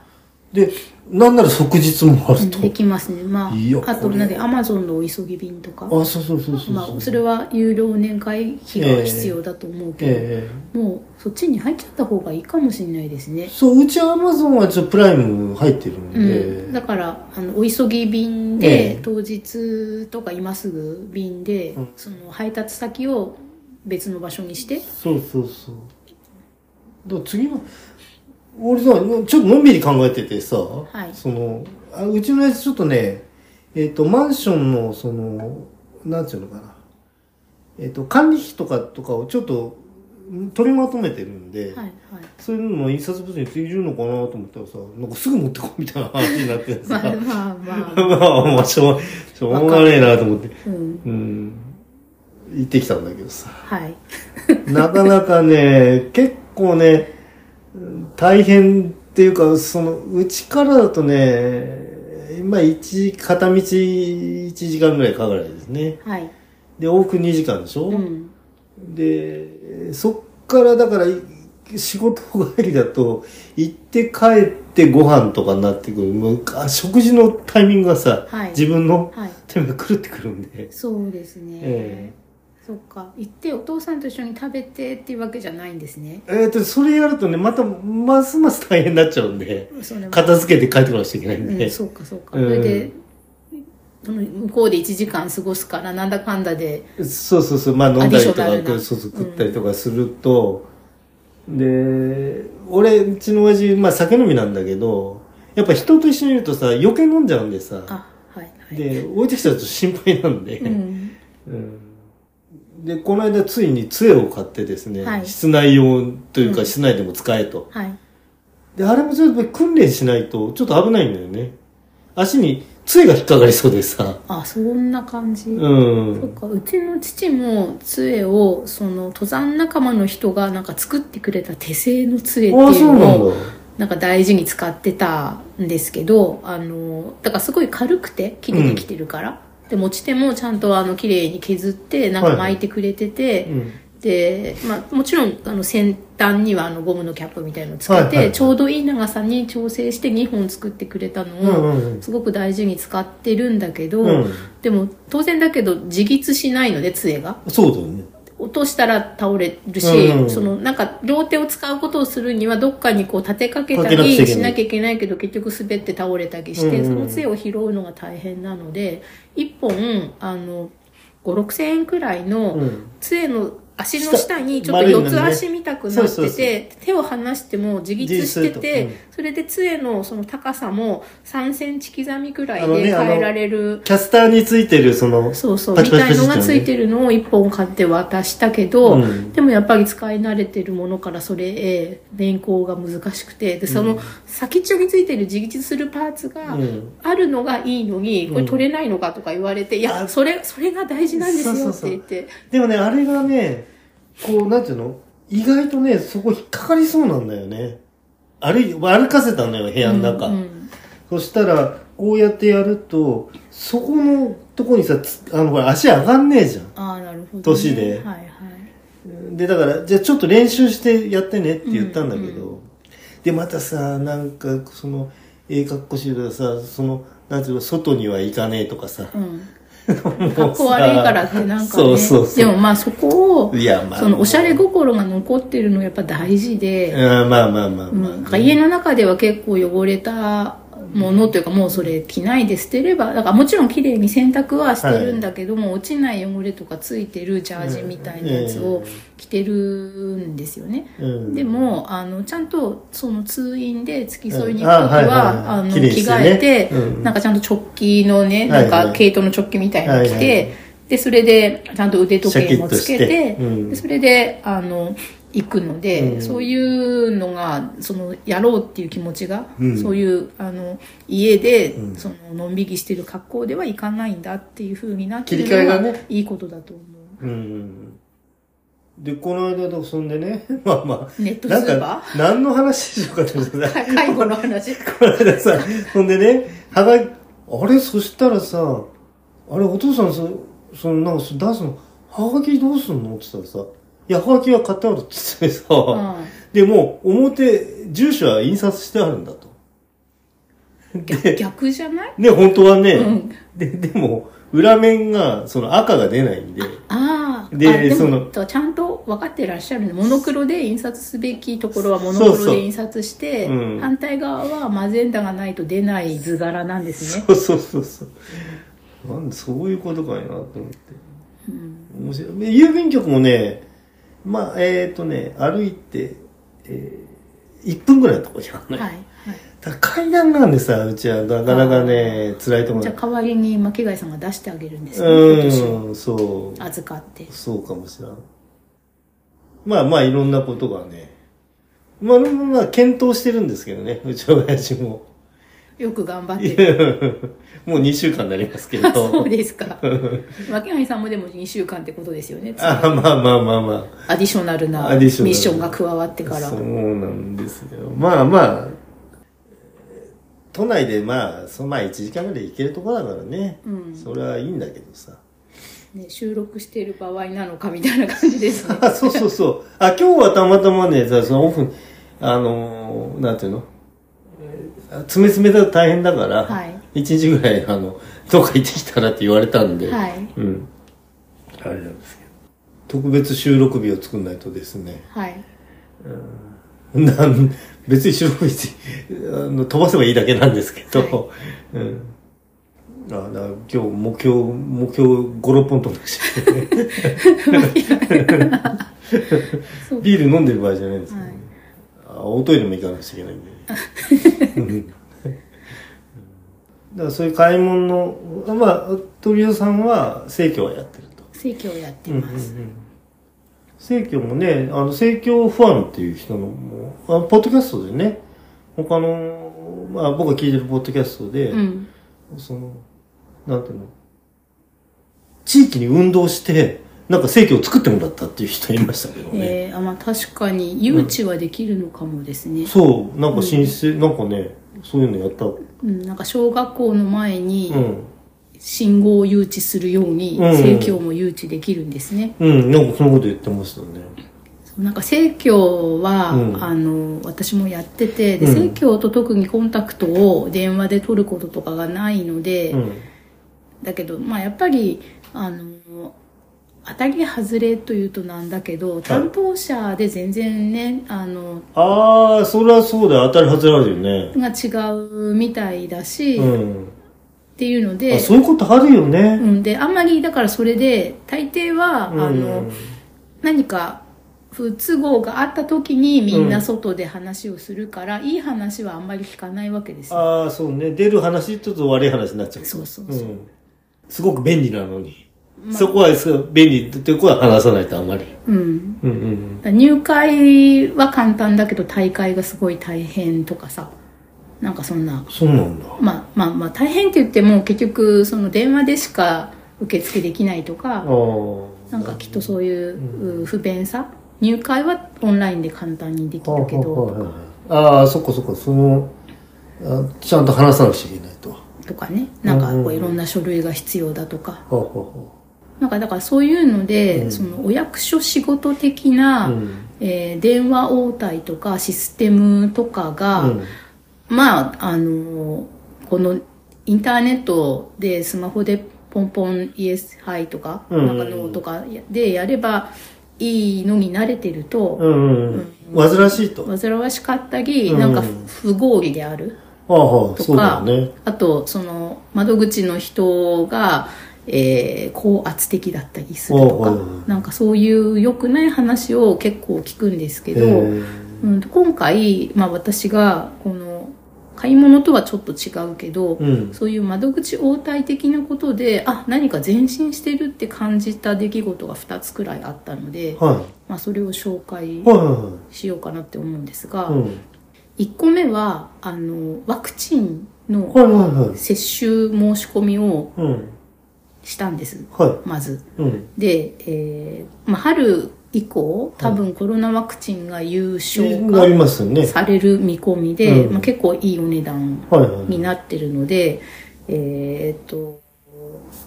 でなんなら即日もあ
う
る
ん
と、
できますね。ま
いや
あ、あと
これ
なんで、アマゾンのお急ぎ便とか。
あそうそうそうそうそう、
まあ、それは有料年会費が必要だと思うけど、
え
もうそっちに入っちゃった方がいいかもしれないです
え
ね。
そううちはアマゾンはちょっとプライム入ってるんで、
うん、だからあのお急ぎ便で、
ええ
当日とか今すぐ便で、
うん
その配達先を別の場所にして
そうそうそうだから次は俺さちょっとのんびり考えててさ、
い
そのあうちのやつちょっとねえっ、とマンションのそのなんていうのかなえっ、と管理費とかとかをちょっとん取りまとめてるんで、
はいはい
そういうのも印刷物についてるのかなと思ったらさなんかすぐ持ってこいみたいな話になってさ
まあまあまあ、
まあまあしょうしょうがねえなと思って
うん
うん行ってきたんだけどさ
はい
なかなかね、結構ね、うん大変っていうか、その、うちからだとね、今、一、片道1時間ぐらいかかるわけですね。
はい
で、往復2時間でしょ、
うん
で、そっからだから、い仕事帰りだと、行って帰ってご飯とかになってくる。もうあ食事のタイミングがさ、
はい
自分の
はい
手が狂ってくるんで。
そうですね、
え
そうか行ってお父さんと一緒に食べてっていうわけじゃないんですね
えっ、と、それやるとね、また、ますます大変になっちゃうんで、
そうね
片付けて帰ってこなくちゃいけないん
う
で。
ん、そうかそうか、
うん
それでその向こうで1時間過ごすからなんだかんだで
そうそうそう、まあ飲んだりとか
アディショナル、な
そうそう食ったりとかすると、で、俺、うちの親父、まあ酒飲みなんだけど、やっぱ人と一緒にいるとさ、余計飲んじゃうんでさ、
あはいはい
で、置いてきちゃうと心配なんで、
うん、
うんで、この間ついに杖を買ってですね、
はい
室内用という
う
か
ん
室内でも使えと。
はい
で、あれもちょっと訓練しないとちょっと危ないんだよね。足に杖が引っかかりそうでさ。
あそんな感じ、
う。
そうんかうちの父も杖をその登山仲間の人がなんか作ってくれた手製の杖って
ああ、
い
そう
う
な
の
ん
を
だ。
なんか大事に使ってたんですけどあのだからすごい軽くて木でできてるから、で持ち手もちゃんとあの綺麗に削ってなんか巻いてくれてて、
うん。
で、まあ、もちろんあの先端にはあのゴムのキャップみたいのをつけて、
はいはいはい
ちょうどいい長さに調整して2本作ってくれた
うんう
のを
んうん。
すごく大事に使ってるんだけど、
うん
でも当然だけど自立しないので杖が
そうだよね。
落としたら倒れるし、
うん
そのなんか両手を使うことをするにはどっかにこう立てかけた
立てなくちゃい
り
け
し
ない
なきゃいけないけど結局滑って倒れたりして、
うん
その杖を拾うのが大変なので1本あの5 6千円くらいの、
うん。
杖の足の下にちょっと
下
四つ足みたくなって
丸いのねそうそう
て、
そ
手を離しても自立して
自立す
て、
るとうん
それで杖のその高さも3センチ刻みくらい
あの
で
ねあの
変えられる、
キャスターについてる、その、
そうそう、
パ
み
チパチ
た
パチっ
いの
てね
がついてるのを1本買って渡したけど、
うん
でもやっぱり使い慣れてるものからそれへ連行が難しくて、で、その先っちょについてる自立するパーツが、
うん
あるのがいいのに、これ取れないのかとか言われて、いや、
あ
それ、それが大事なんですよって言って。
でもね、あれがね、こう、なんていうの意外とね、そこ引っかかりそうなんだよね。歩い、歩かせたのよ、部屋の中。
うんうん
そしたら、こうやってやると、そこのとこにさ、つあの、ほら、足上がんねえじゃ
ああなるほど、ね、
年で
はいはい
ん。で、だから、じゃあちょっと練習してやってねって言ったんだけど、
うん
で、またさ、なんか、その、ええ格好してるからさ、その、なんていうの、外には行かねえとか さ。
うん
もうさ
かっこ悪いからってなんかね
そうそうそう
でもまあそこを
いや、まあ。
そのおしゃれ
ご、
心が残ってるのやっぱ大事で、
うん、まあまあまあ
うん
まあ、
なんか家の中では結構汚れたものというかもうそれ着ないで捨てればだからもちろん綺麗に洗濯はしてるんだけども、落ちない汚れとかついてるジャージみたいなやつを着てるんですよね、
うん
で、もあのちゃんとその通院で付き添いに行
うんあ
く時
はい
は
はいはい
あ
綺
の着
麗にして
替
ね
えて、
うん
なんかちゃんと直帰のね
はいは
ないんか毛糸の直帰みたいなの着て、
はいはい
でそれでちゃんと腕時計もつけ
シ
て
ャキッとしてうん
でそれであの行くので、
うん
そういうのがそのやろうっていう気持ちが、
うん
そういうあの家で、
うん
そののんびりしてる格好ではいかないんだっていうふうになってる
切り替え
の
が
が、
ね
いいことだと思う。
うん。で、この間とそんでね、 まあま
ネ
あ、
ットス
なん
ー
か
パ、
何の話しようかと思ってた。
ー 介護 の話
この間さ、ほんでね、はがあれ、そしたらさ、あれ、お父さんさ、その、なんか、そ出すの、はがきどうすんのって言ったらさ、いや、はがきは買ってあるって言ってさ、
うん
で、もう、表、住所は印刷してあるんだと。
逆逆じゃない
ね、本当はね、
うん
で、でも、裏面が、その赤が出ないんで、
ああ
で
あも
その
とちゃんと分かってらっしゃるねモノクロで印刷すべきところはモノ
そ
ク
う
ロ
そう
で印刷して
うん
反対側はマゼンダがないと出ない図柄なんですね
そうそうそうそう。なんで、そういうことかいなと思って。面白い。で郵便局もね、まあ、えっ、とね、歩いて、えー、1分ぐらいのとこじゃん
はい、は
ね。
い、
だから階段なんでさ、うちはなかなかね、辛いとこ
じゃあ代わりに巻貝さんが出してあげるんですね今
うん、そう。
年預かって
そうかもしらん。まあまあ、いろんなことがね。まあ、まあまあ、検討してるんですけどね、うちの親父も。
よく頑張っ
い
てる
やもう2週間になりますけど。
あ そうですか巻貝さんもでも2週間ってことですよね
あまあまあまあま
アディショナルな
ア
ミ
ディショナル
ッションが加わってか
あ。
ら
そうなんですよ。まあまあ、都内でまあ、そまあ1時間ぐらい行けるとこだからね。
うん
それはいいんだけどさ。
ね、収録している場合なのかみたいな感じで すね。
あそうそうそう。あ、今日はたまたまね、さそのオフ、あのーなんていうのえー詰め詰めだと大変だから、
はい
一日ぐらい、あの、どっか行ってきたらって言われたんで、
はい。
うん。あれなんですけど。特別収録日を作んないとですね。
はい。
なん別に収録日あの飛ばせばいいだけなんですけど、うん。あだから今日目標、目標5、6本飛ば して、
そう
ビール飲んでる場合じゃないんですけど、
はい
ねあおトイレも行かなくちゃいけないんで。う んだからそういう買い物の、あまあ、鳥尾さんは生協はやってると。
正教をやって
うんうん
ま
う
す。
ん生協もね、あの、生協ファンっていう人のも、あポッドキャストでね、他の、まあ僕が聞いてるポッドキャストで、
うん。
その、なんていうの、地域に運動して、なんか生協を作ってもらったっていう人いましたけどね。
えー、あまあ確かに誘致はできるのかもですね、
そう、なんか申請、なんかね、そういうのやった。う
うんなんか小学校の前に
ん。
信号を誘致するように
うん
政教も誘致できるんですね、
うん、なんかそのこと言ってましたね。
そうなんか政教は、
うん
あの私もやっててで
うん
政教と特にコンタクトを電話で取ることとかがないので、
うん。
だけどまあやっぱりあの当たり外れというとなんだけど担当者で全然ねあの
ああ、それはそうだよ。当たり外れあるよね。
が違うみたいだし、
う
っ
ん。
ていうので
あ、そういうことあるよね。
うん、であんまりだからそれで大抵は、
うん、
あの何か不都合があった時にみん
う
なん外で話をするから、いい話はあんまり聞かないわけですよ。
ああ、そうね。出る話ちょっと悪い話になっちゃう。
そうそう
う
そう、
ん。すごく便利なのに。
まあ
そこはそう便利ってとこは話さないとあんまり。
うん
うんうん
だから入会は簡単だけど大会がすごい大変とかさなんかそん
う
な
ん。そうなんだ。
まあまあまあ大変って言っても結局その電話でしか受付できないと
あ
か
あ。
なんかきっとそういうう不便さ入会はオンラインで簡単にできるけどとか
ああ、そっかそっか。その、あちゃんと話さなくちゃいけないと。は
とかねなんか
うん
こ
うんう
うんいろんな書類が必要だとか
あ、はあ
なんかだからそういうので、
うん
そのお役所仕事的な、
はあ。うん。
えー電話応対とかシステムとかが、
うん
まああのこのインターネットでスマホでポンポンイエスハイとか、
うん
なんかノーとかでやればいいのに慣れてると、
うんうんうん。煩わしいと。
煩わしかったり、
うん
なんか不合理である。
ああ、はあ、
と
そうだよ
か、
ね。
あとその窓口の人が、えー高圧的だったりするとか、
おうおうおう
なんかそういう良くない話を結構聞くんですけ
え
ど、うん、今回、まあ、私がこの買い物とはちょっと違うけど、
うん。
そういう窓口応対的なことであ何か前進してるって感じた出来事が2つくらいあったので、
は
まあ、それを紹介
い。はいは
しようかなって思うんですが、
いはい。うん。
1個目はあのワクチンの
はいはいはい。
接種申し込みを
うん。
したんです
は
まず
い。うん。
で、えーまあ、春以降多分コロナワクチンが優勝
なり
が
ますよね。
される見込みで、
うん
まあ、結構いいお値段
はいはい。
になってるのでえーっと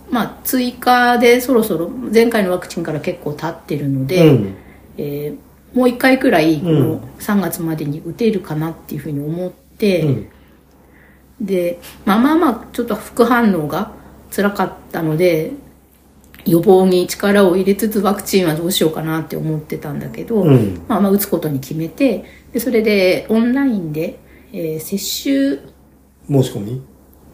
まあ追加でそろそろ前回のワクチンから結構経ってるので、
うん。
えーもう1回くらい
う
こ
ん
の3月までに打てるかなっていうふうに思って、
うん。
で、まあまあまあ、ちょっと副反応が辛かったので、予防に力を入れつつワクチンはどうしようかなって思ってたんだけど、
うん。
まあまあ打つことに決めて、でそれでオンラインで、えー接種
申し込み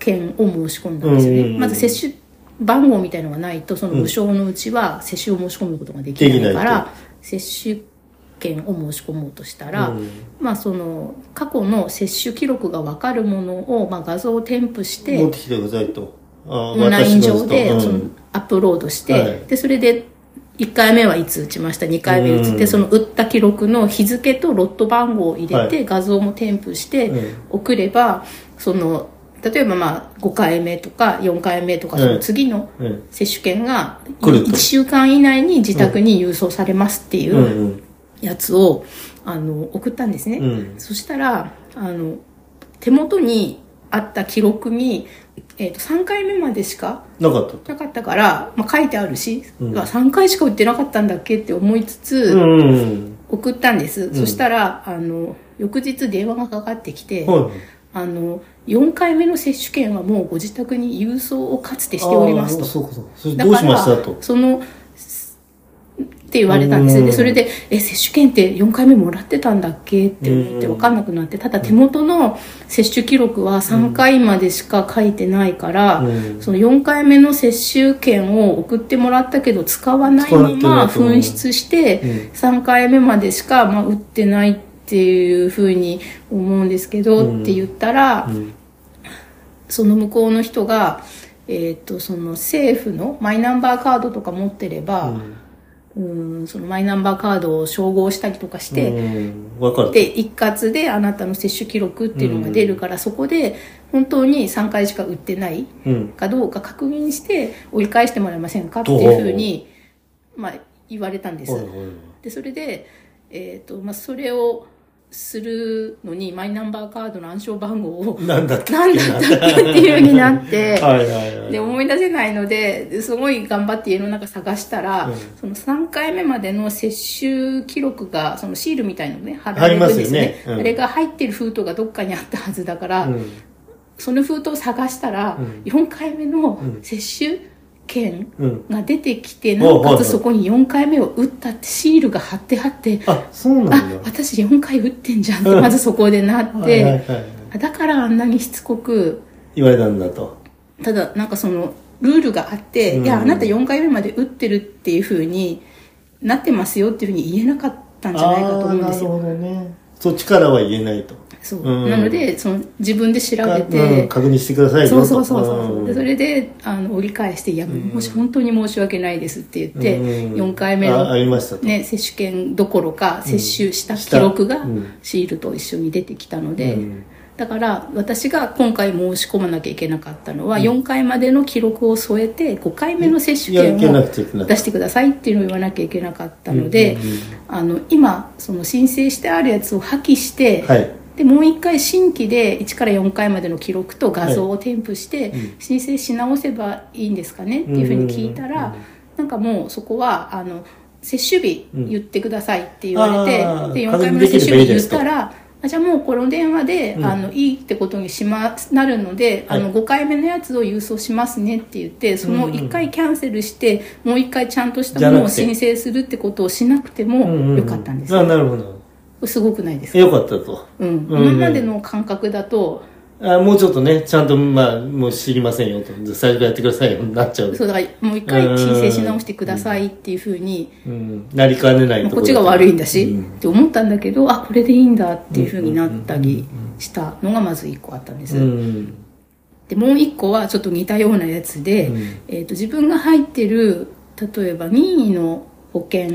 券を申し込んだんですよ
うんうんう
ね。
ん
まず接種番号みたいのがないと、その無償のうちは接種を申し込むことができないか
でき
ら、接種券を申し込もうとしたら、
うん
まあ、その過去の接種記録が分かるものを、まあ、画像を添付し
持っててきてくださいと。あ
オンライン上で
私
そ
の
の
やつと
アップロードして、
はい
でそれで1回目はいつ打ちました2回目打つっ
う
て
ん
その打った記録の日付とロット番号を入れ
は
て画像も添付して
うん
送ればその例えばまあ5回目とか4回目とか
はい
その次の
うん。うん
接種券が
来ると
1週間以内に自宅に郵送されますっていううんやつをあの送ったんですね。
うん。うん。
そしたら、あの、手元にあった記録に、えっ、と、3回目までしか
なかったと。
なかったから、まあ、書いてあるし、
うん
3回しか売ってなかったんだっけって思い
う
つつ、
んうん
送ったんです、
ん
そしたら、あの、翌日電話がかかってきて、
うん。はい。
あの、4回目の接種券はもうご自宅に郵送をかつてしております
あー
と。
そうかそうか。それ
だ
どう
か
しました
ら
と。
そのって言われたんですよ
う
ね。
ん
それで、え、接種券って4回目もらってたんだっけって思って分かんなくなって、ただ手元の接種記録は3回までしか書いてないから、
うん
その4回目の接種券を送ってもらったけど使わないまま
使わな
紛
い
失して、
うん
3回目までしか、まあ、打ってないっていうふうに思うんですけど、
うん
って言ったら、
うん
その向こうの人が、えー、とその政府のマイナンバーカードとか持ってれば、うーんそのマイナンバーカードを照合したりとかして、
うんわかる
で一括であなたの接種記録っていうのが出るから、そこで本当に3回しか打ってない
うん
かどうか確認して折り返してもらえませんかっていうふうに、まあ、言われたんです。
はいはいはい
でそれで、えーとまあ、それをするのにマイナンバーカードの暗証番号を
なんだっけ
何だったっけっていう風になって、
はいはいはい
で思い出せないのですごい頑張って家の中探したら、
うん
その3回目までの接種記録がそのシールみたいのね貼られるんですよ
貼
ね
りますよねうん
あれが入ってる封筒がどっかにあったはずだから、
うん
その封筒を探したら、
うん
4回目の
うん
接種券
うん
が出てきて、
ん
な
は
お
い
か
はい
つそこに4回目を打ったってシールが貼ってあって、
あそうな
あ
んだ
私4回打ってんじゃんってまずそこ でな
は
っ
いはい
て、
はい
あだからあんなにしつこく
言われたんだと
ただなんかそのルールがあって、
うん
いやあなた4回目まで打ってるっていうふうになってますよっていうふうに言えなかったんじゃないかと思うんですよ
あーなるほどねそっちからは言えないと
そう、
うん
なのでその自分で調
か
べ
うん
て、
確認してくださいよ
そう
と
そうそうそう、
ん
でそれであの折り返して「いや
ん
もし本当に申し訳ないです」って言って、
うん
4回目
ああ
の、
りましたと
ね、接種券どころか接種した
した
記録が
うん
シールと一緒に出てきたので、
うん
だから私が今回申し込まなきゃいけなかったのは4回までの記録を添えて5回目の接種
いやいけ
券
な
を
くちゃいけない
出してくださいっていうのを言わなきゃいけなかったので、
うんうんうん
あの今その申請してあるやつを破棄して、
はい
でもう一回新規で1から4回までの記録と画像を添付して申請し直せばいいんですかねっていうふうに聞いた
うん
らなんかもうそこはあの接種日
うん
言ってくださいって言われてで
あー
4回目の接種日言ったらあじゃあもうこの電話であのいいってことにしますなるのであ
は
の
い
5回目のやつを郵送しますねって言ってその1回キャンセルしてもう1回ちゃんとしたものを
じゃなく
申請するってことをしなくてもよかったんです
ううあなるほど
すごくないですか
よかったと
うん、
うん
今までの感覚だと、
あもうちょっとねちゃんとまあもう知りませんよと最初からやってくださいよになっちゃう
そうだからもう一回申請し直してくださいっていうふうに、
うん、なりかねない
まあ
と
こ
ろ
っちが悪いんだし、
う
って思ったんだけどあこれでいいんだっていうふうになったりしたのがまず一個あったんです、
うん
でもう一個はちょっと似たようなやつで、
うん
えー、と自分が入ってる例えば任意の保険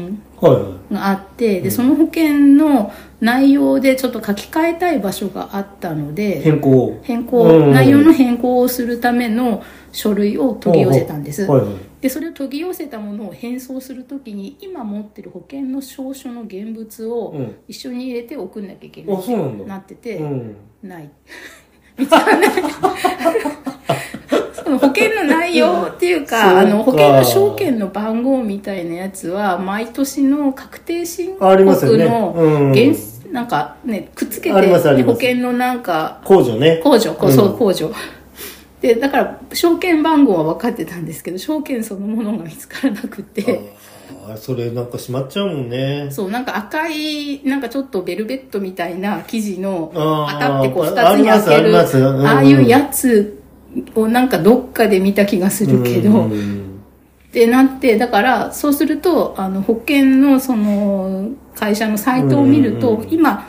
はいは
があってでその保険の内容でちょっと書き換えたい場所があったので
い変更を
変更、
うん
内容の変更をするための書類を取り寄せたんです。
はいはい
でそれを取り寄せたものを返送するときに今持ってる保険の証書の現物
う
を
ん
一緒に入れて送んなきゃいけない、
あそうなん
な
だ
ってて、
うん
ない 見つかんない その保険の内容っていうか
そうか
あの保険の証券の番号みたいなやつは毎年の確定申
ああ
告
りますよね
の
うん
原なんかねくっつけ
あ
て、
りますあり
ね、
ます
保険のなんか
控除ね
控除、こうそ
う
う
ん
控除。で、だから、証券番号は分かってたんですけど、証券そのものが見つからなくて、
あーそれなんかしまっちゃうもんね
そう、なんか赤い、なんかちょっとベルベットみたいな生地の、
あー
パタってこう二つ
あり
に
ま
開
すあ
け
り
る、
ますうん
ああいうやつをなんかどっかで見た気がするけど、
うん
っ、てなって、だから、そうすると、あの、保険のその、会社のサイトを見る
うんう
と
ん、
今、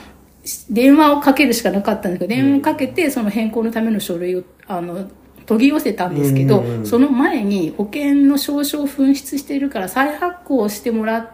電話をかけるしかなかったんだけど、電話をかけて、その変更のための書類を、あの、研ぎ寄せたんですけど、
うんうん
その前に保険の証書を紛失しているから再発行してもらっ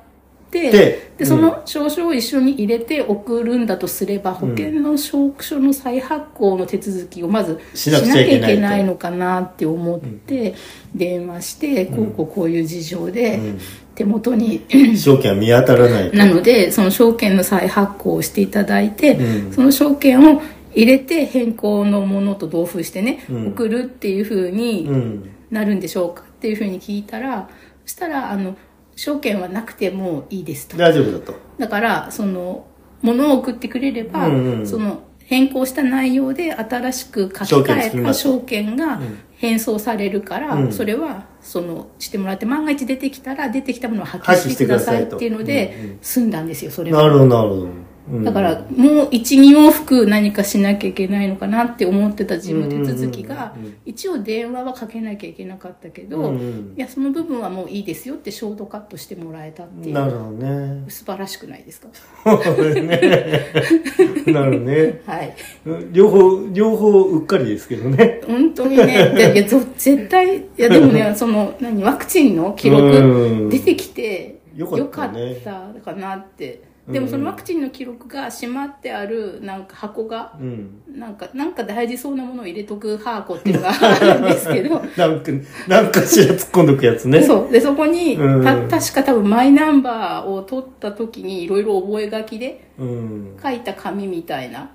て、
で
その証書を一緒に入れて送るんだとすれば、保険の証書の再発行の手続きをまず
しなくちゃいけないと
しなきゃいけないのかなって思って、電話して、こうこうこういう事情で、
ん
手元に、
証券は見当たらないと
なので、その証券の再発行をしていただいて、
うん
その証券を入れて変更のものと同封してね、
うん
送るっていうふう
う
に
ん
なるんでしょうかっていうふうに聞いたら、そしたら、あの、証券はなくてもいいですと。
大丈夫だと
だから、その、ものを送ってくれれば、
うんうん
その、変更した内容で新しく書き
証券
換
作り
え
ま
た
すと
証券が返送されるから、
うん
それはそのしてもらって万が一出てきたら出てきたものを破棄してくださいっていうの
破棄してくださいとうんう
で
ん
済んだんですよそれ
なる
は。
ほど、なるほど。うん
だから、もう12往復何かしなきゃいけないのかなって思ってた事務手続きが
うんうんうんうん
一応電話はかけなきゃいけなかったけ
う
ど
んうん
いやその部分はもういいですよってショートカットしてもらえたってい
なるほ
う
どね。
素晴らしくないですか
なるね。
はい
両方、両方うっかりですけどね。
本当に ねでいやぞ絶対いやでもねその何ワクチンの記録
うん
出てきて
よ
よ
か
か
っ
ったた
ね
かなってでもそのワクチンの記録がしまってあるなんか箱が
うん。
なんかなんか大事そうなものを入れとく箱っていうのがあるんですけ ど
なんか、なんかしら突っ込んどくやつね。
そうでそこに
うん
た確か多分マイナンバーを取った時にいろいろ覚書きで
うん。
書いた紙みたいな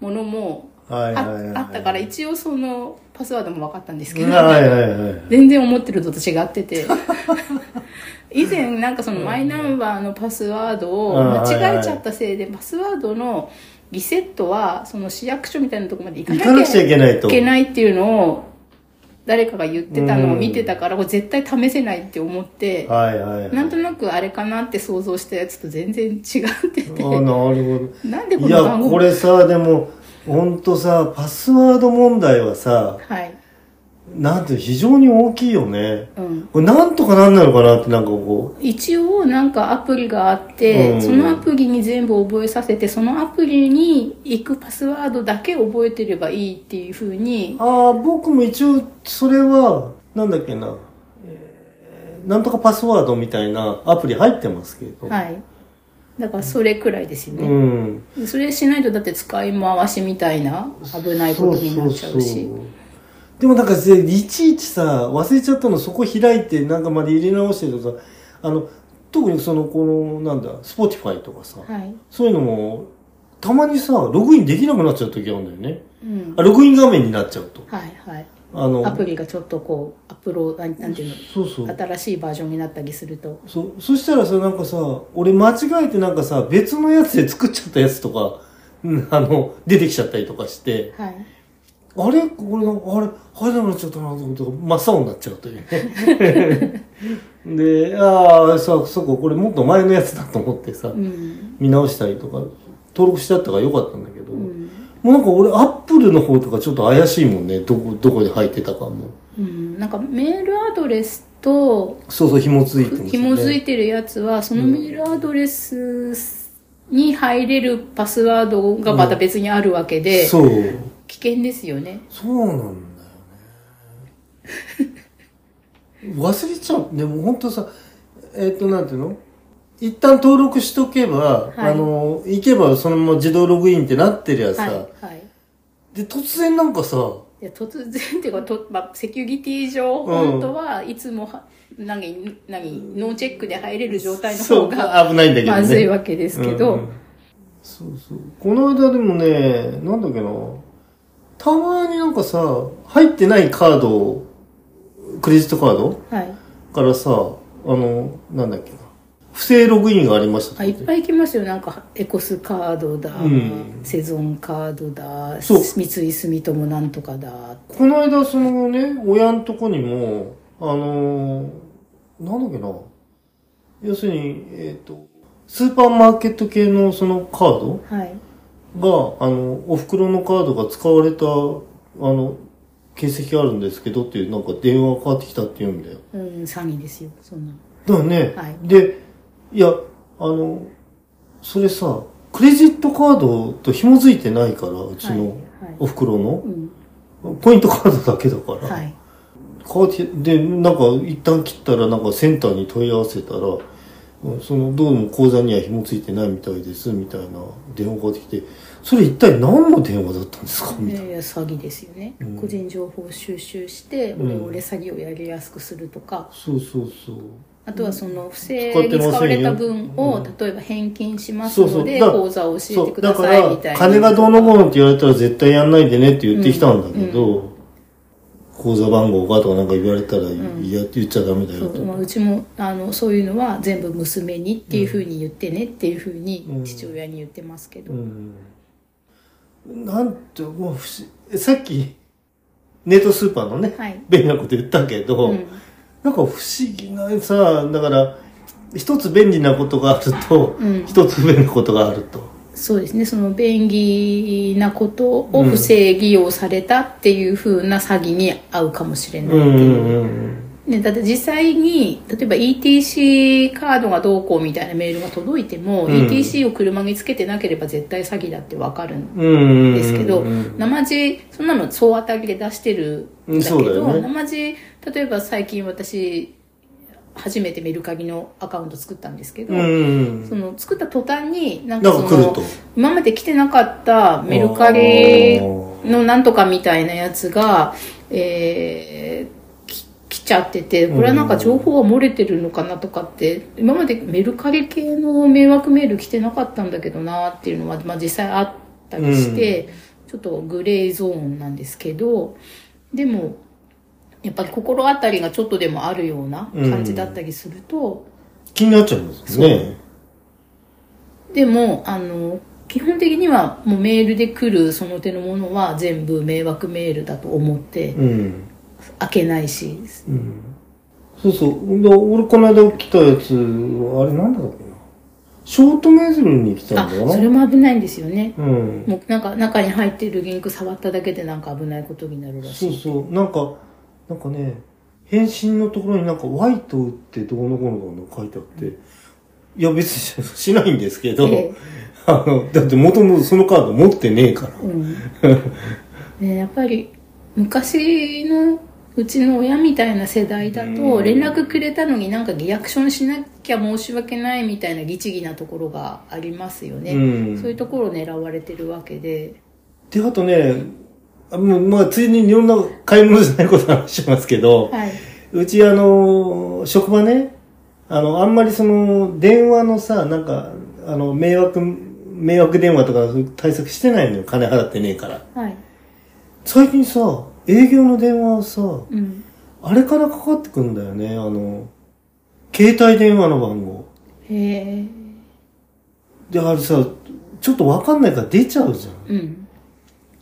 ものもあ,、
はいはいはいはい。
あったから一応そのパスワードも分かったんですけど、
はいはいはい。
全然思ってるのと違って て以前なんかそのマイナンバーのパスワードを
うん
間違えちゃったせいでパスワードのリセットはその市役所みたいなところまで行か
行かな
な
くち
き
ゃ
ゃ
い
い
けないと。
けないっていうのを誰かが言ってたのを見てたからこれ絶対試せないって思って
はいはいはい。
なんとなくあれかなって想像したやつと全然違って
あ
て
ーなるほど。
なんでこ
い
の
や
番、
こ
号
れさ、でも、ほんとさ、パスワード問題はさ、
はい
なんていうの非常に大きいよね。
うん
これなんとかなんないのかなってなんかこ
一応なんかアプリがあって、
うん
そのアプリに全部覚えさせてそのアプリに行くパスワードだけ覚えてればいいっていうふうに
う。ああ、僕も一応、それは、なんだっけな、えーなんとかパスワードみたいなアプリ入ってますけど。
はいだからそれくらいですよ
う
ね、
ん。
それしないとだって使い回しみたいな危ないことになっちゃ
そうそう
うし
そうでもなんかぜいちいちさ忘れちゃったのそこ開いてなんかまで入れ直してとかあの特にそのこのなんだスポティファイとかさ、
はい、
そういうのもたまにさログインできなくなっちゃう時あるんだよね
うん、
あログイン画面になっちゃうと
はいはい
あの
アプリがちょっとこうアップロードなんていう
そうそ
の
う
新しいバージョンになったりすると
そそしたらさなんかさ俺間違えてなんかさ別のやつで作っちゃったやつとかうんあの出てきちゃったりとかして
はい
あれこれなんかあれ入らなくなっちゃったなと思って真っ青になっちゃうというねでああそうそうかこれもっと前のやつだと思ってさ
うん、
見直したりとか登録してあったからよかったんだけど、
う
も
ん
うなんか俺アップルの方とかちょっと怪しいもんねどこどこで入ってたかも
うん、なんかメールアドレスと
そうそう紐付いてますよね
紐づ
て
いてるやつはそのメールアドレスに入れるパスワードがまた別にあるわけで、
そう
危険ですよね
そうなんだよね忘れちゃうでも本当さえっ、となんていうの一旦登録しとけば、
い
あの行けばそのまま自動ログインってなってりゃさ、
はい、はい、
で突然なんかさ
いや突然っていうかと、まあ、セキュリティ上、本当はいつもは何何ノーチェックで入れる状態の
そう
方が
危ないんだけどね
まずいわけですけど、
うんそうそうこの間でもねなんだっけなたまになんかさ入ってないカードをクレジットカード
はい
からさあのなんだっけな不正ログインがありましたと
あ
か
い
言
ってぱい来ますよなんかエコスカードだ、
うん
セゾンカードだ
そう
三井住友なんとかだ
この間、そのね、親んとこにも、あのーなんだっけな。要するに、えっ、と、スーパーマーケット系のそのカー
はい
ドが、あの、お袋のカードが使われた、あの、形跡があるんですけどっていう、なんか電話がかかってきたって言うんだよ。
うん、詐欺ですよ、そんなの。
だよね。
はい
で、いや、あの、それさ、クレジットカードと紐づいてないから、うちの、
はいはい
お袋の
う、ん。
ポイントカードだけだから。
はい。
変わってでなんか一旦切ったらなんかセンターに問い合わせたらうんそのどうも口座には紐付いてないみたいですみたいな電話がかかってきてそれ一体何の電話だったんですか
い
みた
や
い
いや、詐欺ですよね。
うん
個人情報収集して、
うん
オレオレ詐欺をやりやすくするとか、
なそうそうそう
あとはその不
使っ
正
てませ
に
んよ
使われた分を、
うん
例えば返金します
そうそう
ので、
だから
口座を教え
そ
て
う
く
だ
だ
か
さい
ら
みたいな。
金がどうのこうのって言われたら絶対やんないでねって言ってきたんだけど、口座番号がとかなんか言われたら、
ん
いや言っちゃダメだ
そ
よと
うまあ、うちもあのそういうのは全部娘にっていうふうに言ってねっていうふう
う
に
ん
父親に言ってますけど、
うんなんてもう不思さっきネットスーパーのね、
はい
便利なこと言ったけど、
うん
なんか不思議なさ、だから、一つ便利なことがあると
うん、
一、つ不便なことがあると。
そうですねその便宜なことを不正利用されたっていう風な詐欺に遭うかもしれないって
う
い
ん
う、
うんうん
ね、だって実際に例えば ETC カードがどうこうみたいなメールが届いても、
うん
ETC を車につけてなければ絶対詐欺だってわかるん
うん。うんうんうん。
ですけど、
うん
生地そんなの総当たりで出してるんだけ
うんそうだ
ど、
よね
生地例えば最近私初めてメルカリのアカウント作ったんですけど、
うん。
その作った途端になん
な
か
ん
そ
か来る
の
と。
今まで来てなかったメルカリのなんとかみたいなやつが、えーき来ちゃってて、これはなんか情報が漏れてるのかなとかって、今までメルカリ系の迷惑メール来てなかったんだけどなっていうのは、まあ実際あったりして、ちょっとグレーゾーンなんですけど、でも、やっぱり心当たりがちょっとでもあるような感じだったりすると、
気になっちゃうんですよね。
でも、あの、基本的にはもうメールで来るその手のものは全部迷惑メールだと思って
うん。
開けないし、
うんそうそう。で俺、この間来たやつ、あれなんだっけな。ショートメールに来た
あ、
んだよな。
それも危ないんですよね。
うん。
もうなんか中に入ってるリンク触っただけでなんか危ないことになるらし
そう
い。
そう。なんか、なんかね、返信のところになんか、ワイト打ってどうのこうのこうの書いてあって、いや別にしないんですけど、
ええ
あの、だって元々そのカード持ってねえから。
うん。ね、やっぱり昔のうちの親みたいな世代だ
う
と
ん
連絡くれたのになんかリアクションしなきゃ申し訳ないみたいな律儀なところがありますよね。
うん
そういうところを狙われてるわけで。
で、あとね、あもうまあ、ついにいろんな買い物じゃないことの話しますけど、
はい。
うちあの、職場ね、あの、あんまりその、電話のさ、なんか、あの、迷惑、迷惑電話とかそういう対策してないのよ。金払ってねえから。
はい。
最近さ、営業の電話をさ、
うん。
あれからかかってくんだよね、あの、携帯電話の番号。
へえ。
で、あれさ、ちょっとわかんないから出ちゃうじゃん。
うん。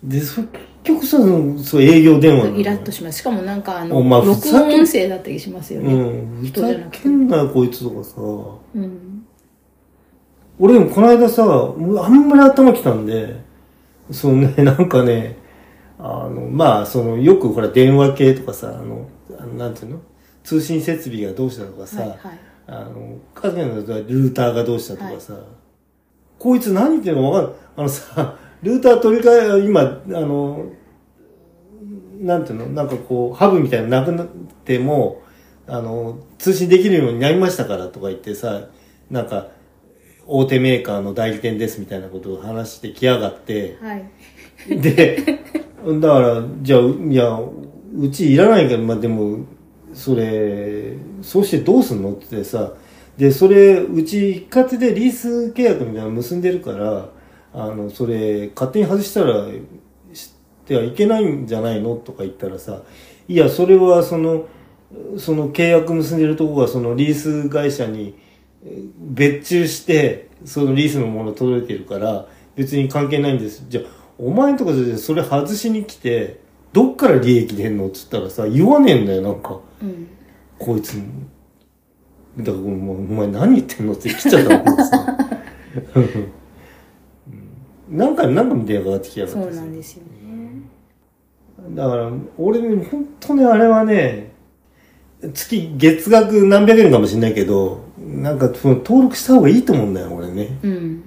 で、そ結局さ、そのそう営業電話なの
イラッとします。しかもなんかあの、
お前ふ
録
ざけ
音音声だったりしますよ
う
ね。
ん。ふ
人じゃな
ざ
くて
けんなよ、こいつとかさ。
うん。
俺でもこの間さ、あんまり頭きたんで、そのね、 なんかね、あの、まあ、その、よくほら、電話系とかさ、あの、あのなんていうの通信設備がどうしたとかさ、
はいはい。
あの、カズヤのルーターがどうしたとかさ、こいつ何言ってんのわかんない。あのさ、ルーター取り替え、今、あの、なんていうのなんかこう、ハブみたいなのなくなっても、あの、通信できるようになりましたからとか言ってさ、なんか、大手メーカーの代理店ですみたいなことを話してきやがって、
はい。
で、だから、じゃあ、いや、うちいらないから、まあでも、それ、そうしてどうすんのって言ってさ、で、それ、うち一括でリース契約みたいなの結んでるから、あの、それ、勝手に外したら、してはいけないんじゃないのとか言ったらさ、いや、それはその、その契約結んでるとこがそのリース会社にえー別注して、そのリースのもの届いてるから、別に関係ないんです。じゃあ、お前んとかじゃそれ外しに来て、どっから利益出んのっつったらさ、言わねえんだよ、なんか。
うん。
こいつも。だからもう、お前何言ってんのって来ちゃったわけですよ うん何回も何回も電話かかってきやがっ
そ
て
う
さ
なんですよね。
だから、俺ね、本当ね、あれはね、月、月額何百円かもしれないけど、なんか、その登録した方がいいと思うんだよ、俺ね。
うん。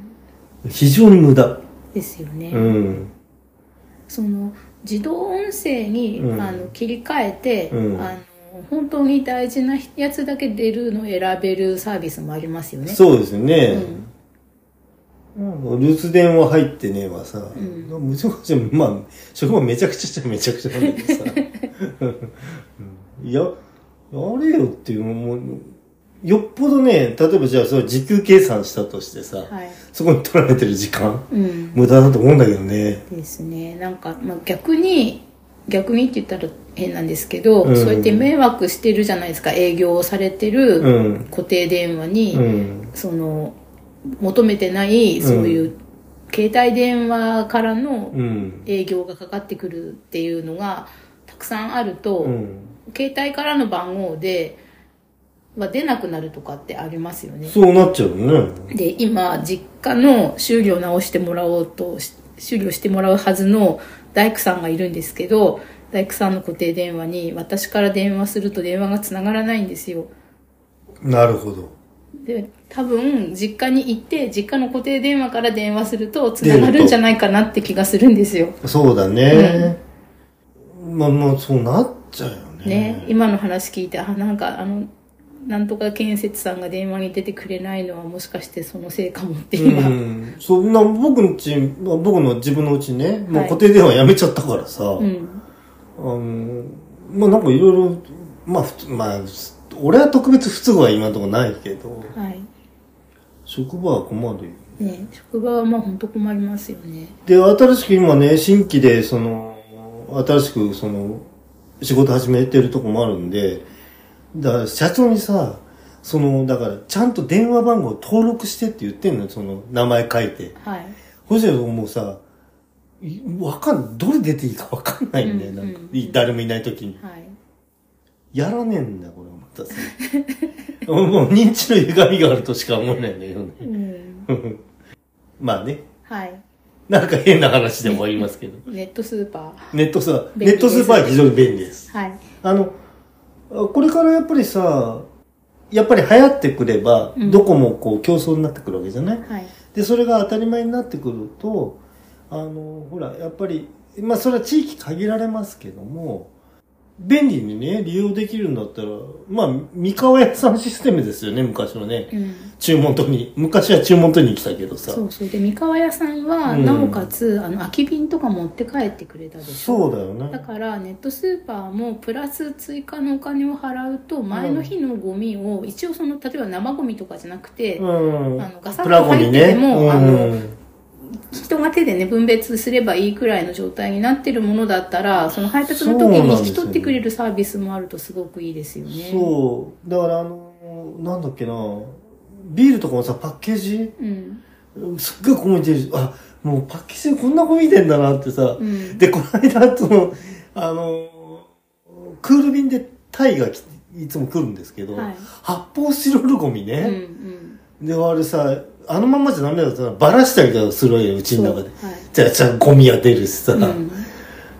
非常に無駄。
ですよね。
うん。
その自動音声に、
うん
あの切り替えて、
うん
あの本当に大事なやつだけ出るのを選べるサービスもありますよね。
そうですね。うん留守電話入ってねえわさ、
ん
むちゃくちゃ、まあ、職場めちゃくちゃっちゃめちゃくちゃなんだけどさ、うんいや、やれよっていう、もう、よっぽどね、例えばじゃあ、それ時給計算したとしてさ、
はい。
そこに取られてる時間、
うん。
無駄だと思うんだけどね。
ですね。なんか、まあ、逆に逆にって言ったら変なんですけど、
うん
そうやって迷惑してるじゃないですか営業をされて
う
る
ん。
固定電話に、
うん。
その求めてないそういう携帯電話からの
うん。
営業がかかってくるっていうのがたくさんあると。
うん。
携帯からの番号では出なくなるとかってありますよね。
そうなっちゃうね。
で、今、実家の修理を直してもらおうとし、修理をしてもらうはずの大工さんがいるんですけど、大工さんの固定電話に私から電話すると電話がつながらないんですよ。
なるほど。
で、多分、実家に行って、実家の固定電話から電話するとつながるんじゃないかなって気がするんですよ。
そうだね。まあまあ、そうなっちゃうよね。
ね、今の話聞いて、あ、なんかあの、なんとか建設さんが電話に出てくれないのはもしかしてそのせいかもって今、
うん、そんな僕のち、まあ僕の自分のうちね、もう固定電話やめちゃったからさ、
うん、
あの、まあなんかいろいろ、まあ普通、まあ、俺は特別不都合は今のところないけど、
はい。
職場は困るよ。
ね、職場はまあ本当困りますよね。
で、新しく今ね、新規で、その、新しく、その、仕事始めてるとこもあるんで、だから、社長にさ、その、だから、ちゃんと電話番号登録してって言ってんのよ、その、名前書いて。
はい。
ほしたらもうさ、いわかん、どれ出ていいかわかんないんだよ、
うん
なんか
うん、
い誰もいない時に。
はい。
やらねえんだよ、これ、またさ。 もう、認知の歪みがあるとしか思えないんだけどね。
うん。
まあね、
はい。
なんか変な話でもありますけど。
ネットスーパー。
ネットスーパー、
便利
ネ
で
ッ
す
トスーパーは非常に便利です。
はい。
あの、あこれからやっぱりさ、やっぱり流行ってくれば、
うん
どこもこう競争になってくるわけじゃない
はい。
で、それが当たり前になってくると、あの、ほら、やっぱり、まあそれは地域限られますけども、便利にね、利用できるんだったら、まあ、三河屋さんシステムですよね、昔のね。
うん。
注文取りに。昔は注文取りに来たけどさ。
そうそう。で、三河屋さんは、
うん
なおかつ、あの、空き瓶とか持って帰ってくれたでし
そ
ょ。
うだよね。
だからネットスーパーもプラス追加のお金を払うと前の日のゴミを一応その例えば生ゴミとかじゃなくて
うん
あのガサッ
プラ
と
ゴ
入
に
って
ね。
ても、
うん
あの人が手でね分別すればいいくらいの状態になってるものだったらその配達の時
そうなんで
に
すよ
引き取ってくれるサービスもあるとすごくいいですよね。
そう。だからあの、なんだっけな、ビールとかもさ、パッケージ
うん
すっごいこもいてる。あ、もうパッケージこんなこみてんだなってさ。
うん
で、この間、その、あの、クール便でタイが来いつも来るんですけど、
はい
発泡スチロールゴミ
うんう
ね。
ん
で、あれさ、あのまんまじゃダメだったら、ばらしたりとかするわけよ、うちの中で。
そうはい
じゃあ、じゃあゴミが出るしさ。
うん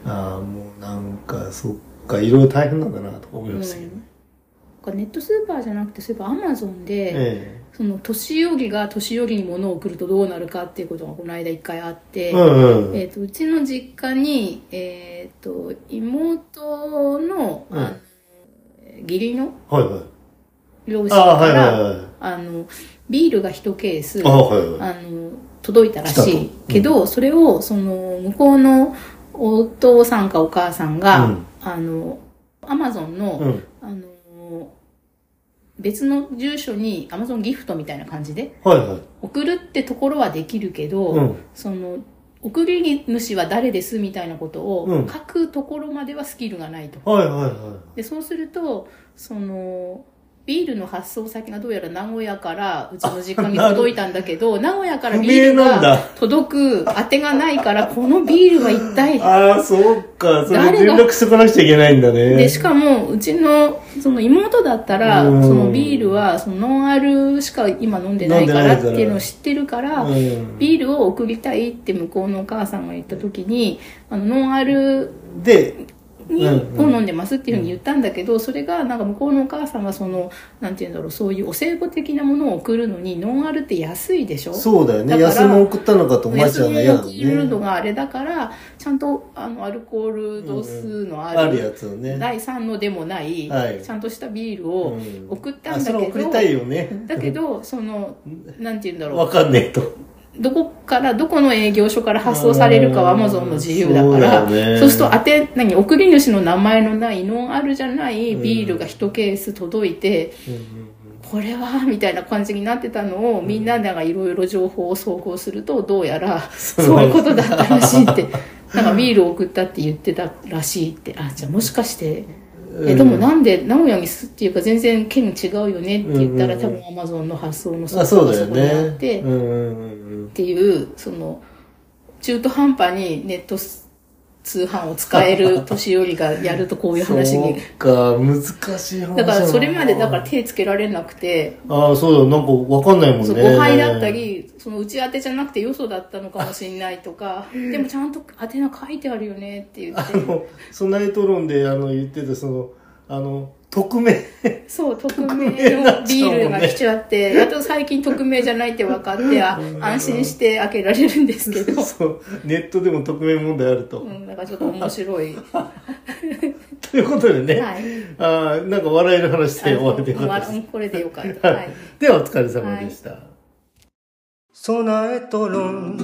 ああ、もうなんか、そっか、いろいろ大変なんだな、とか思いましたけど。
うんネットスーパーじゃなくてそういえばアマゾンで、
え
その年寄りが年寄りに物を送るとどうなるかっていうことがこの間一回あっ
え。
て、
うんうん。
えー、とうちの実家に、えー、と妹の、
うん
あの義理の
はいはい。
両親
ああ、は
か
い
ら
はいはい。
あのビールが一ケース
ああ、はいはい。
あの届いたらしい
来たと
けど、それをその向こうのお父さんかお母さんが、
うん
あのアマゾンの、
うん。
あの別の住所にアマゾンギフトみたいな感じで
はいはい。
送るってところはできるけど、
うん
その送り主は誰ですみたいなこと
う
を
ん
書くところまではスキルがないと、
はいはいは
でそうするとそのビールの発送先がどうやら名古屋からうちの実家に届いたんだけど名古屋からビール
不明なんだ
が届く当てがないからこのビールは一
い。
体
ああ、そうか。それ
誰
連
が
絡してこなくちゃいけないんだね。
でしかもうちのその妹だったら
うん
そのビールはそのノンアルしか今飲んでないか
飲んでな
ら
いから
っていうのを知ってるから、
うん
ビールを送りたいって向こうのお母さんが言った時に、あの、ノンアル
で、
に、
うん
を飲んでますっていうふうに言ったんだけど、それがなんか向こうのお母さんがその、なんて言うんだろう、そういうお歳暮的なものを送るのに、ノンアルって安いでしょ
そうだよね。
だから
安物送ったのかと思っちゃ
安
うの
い
嫌
の
だ
送るの
ね。
があれだから、ちゃんとあのアルコール度数のあ
ある
る、
やつをね。
第3のでもない、
はい
ちゃんとしたビール
う
を
ん
送った
あ
ん
そ
だ
れ
け
送り
ど、
たいよね。
だけど、そ の、なんて言うんだろう
わ、かんねえと。
どこから、どこの営業所から発送されるかは Amazon の自由だ
そう
か
だよ
ら、
ね
そうすると当て、何、送り主の名前のない、ノンアルじゃないビールが一ケース届いて、
うんうん
これは、みたいな感じになってたのを、みんながいろいろ情報を総合すると、どうやら、そういうことだったらしいって、なんかビールを送ったって言ってたらしいって、あ、じゃあもしかして、 え、でもなんで名古屋にすっていうか全然県違うよねって言ったら、
うん
多分 Amazon の発送の
あ、
速
そ
度
う
が
だよ
そこにあっ
ね
て。、
うんうんうんうん
っていうその中途半端にネットス通販を使える年寄りがやるとこういう話に
そうか難しい話
だからそれまでだからら手つけられなくて、
ああそうだなんかわかんないもん
そ
ね
う誤配だったりその打ち当てじゃなくてよそだったのかもしれないとかでもちゃんと宛名書いてあるよねって言っ
あ
て
のソナイトロンであの言ってたそのあの匿名
そう匿名のビールが来ちゃってやっと最近匿名じゃないって分かってあ安心して開けられるんですけど、
そうネットでも匿名問題あると、
うん、なんかちょっと面白い、は
ということでね、
い、
ああなんか笑える話で終わってよかったです
あのこれでよかった、はい
ではお疲れ様でした。
備えとろん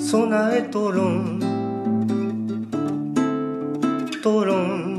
備えとろんとろん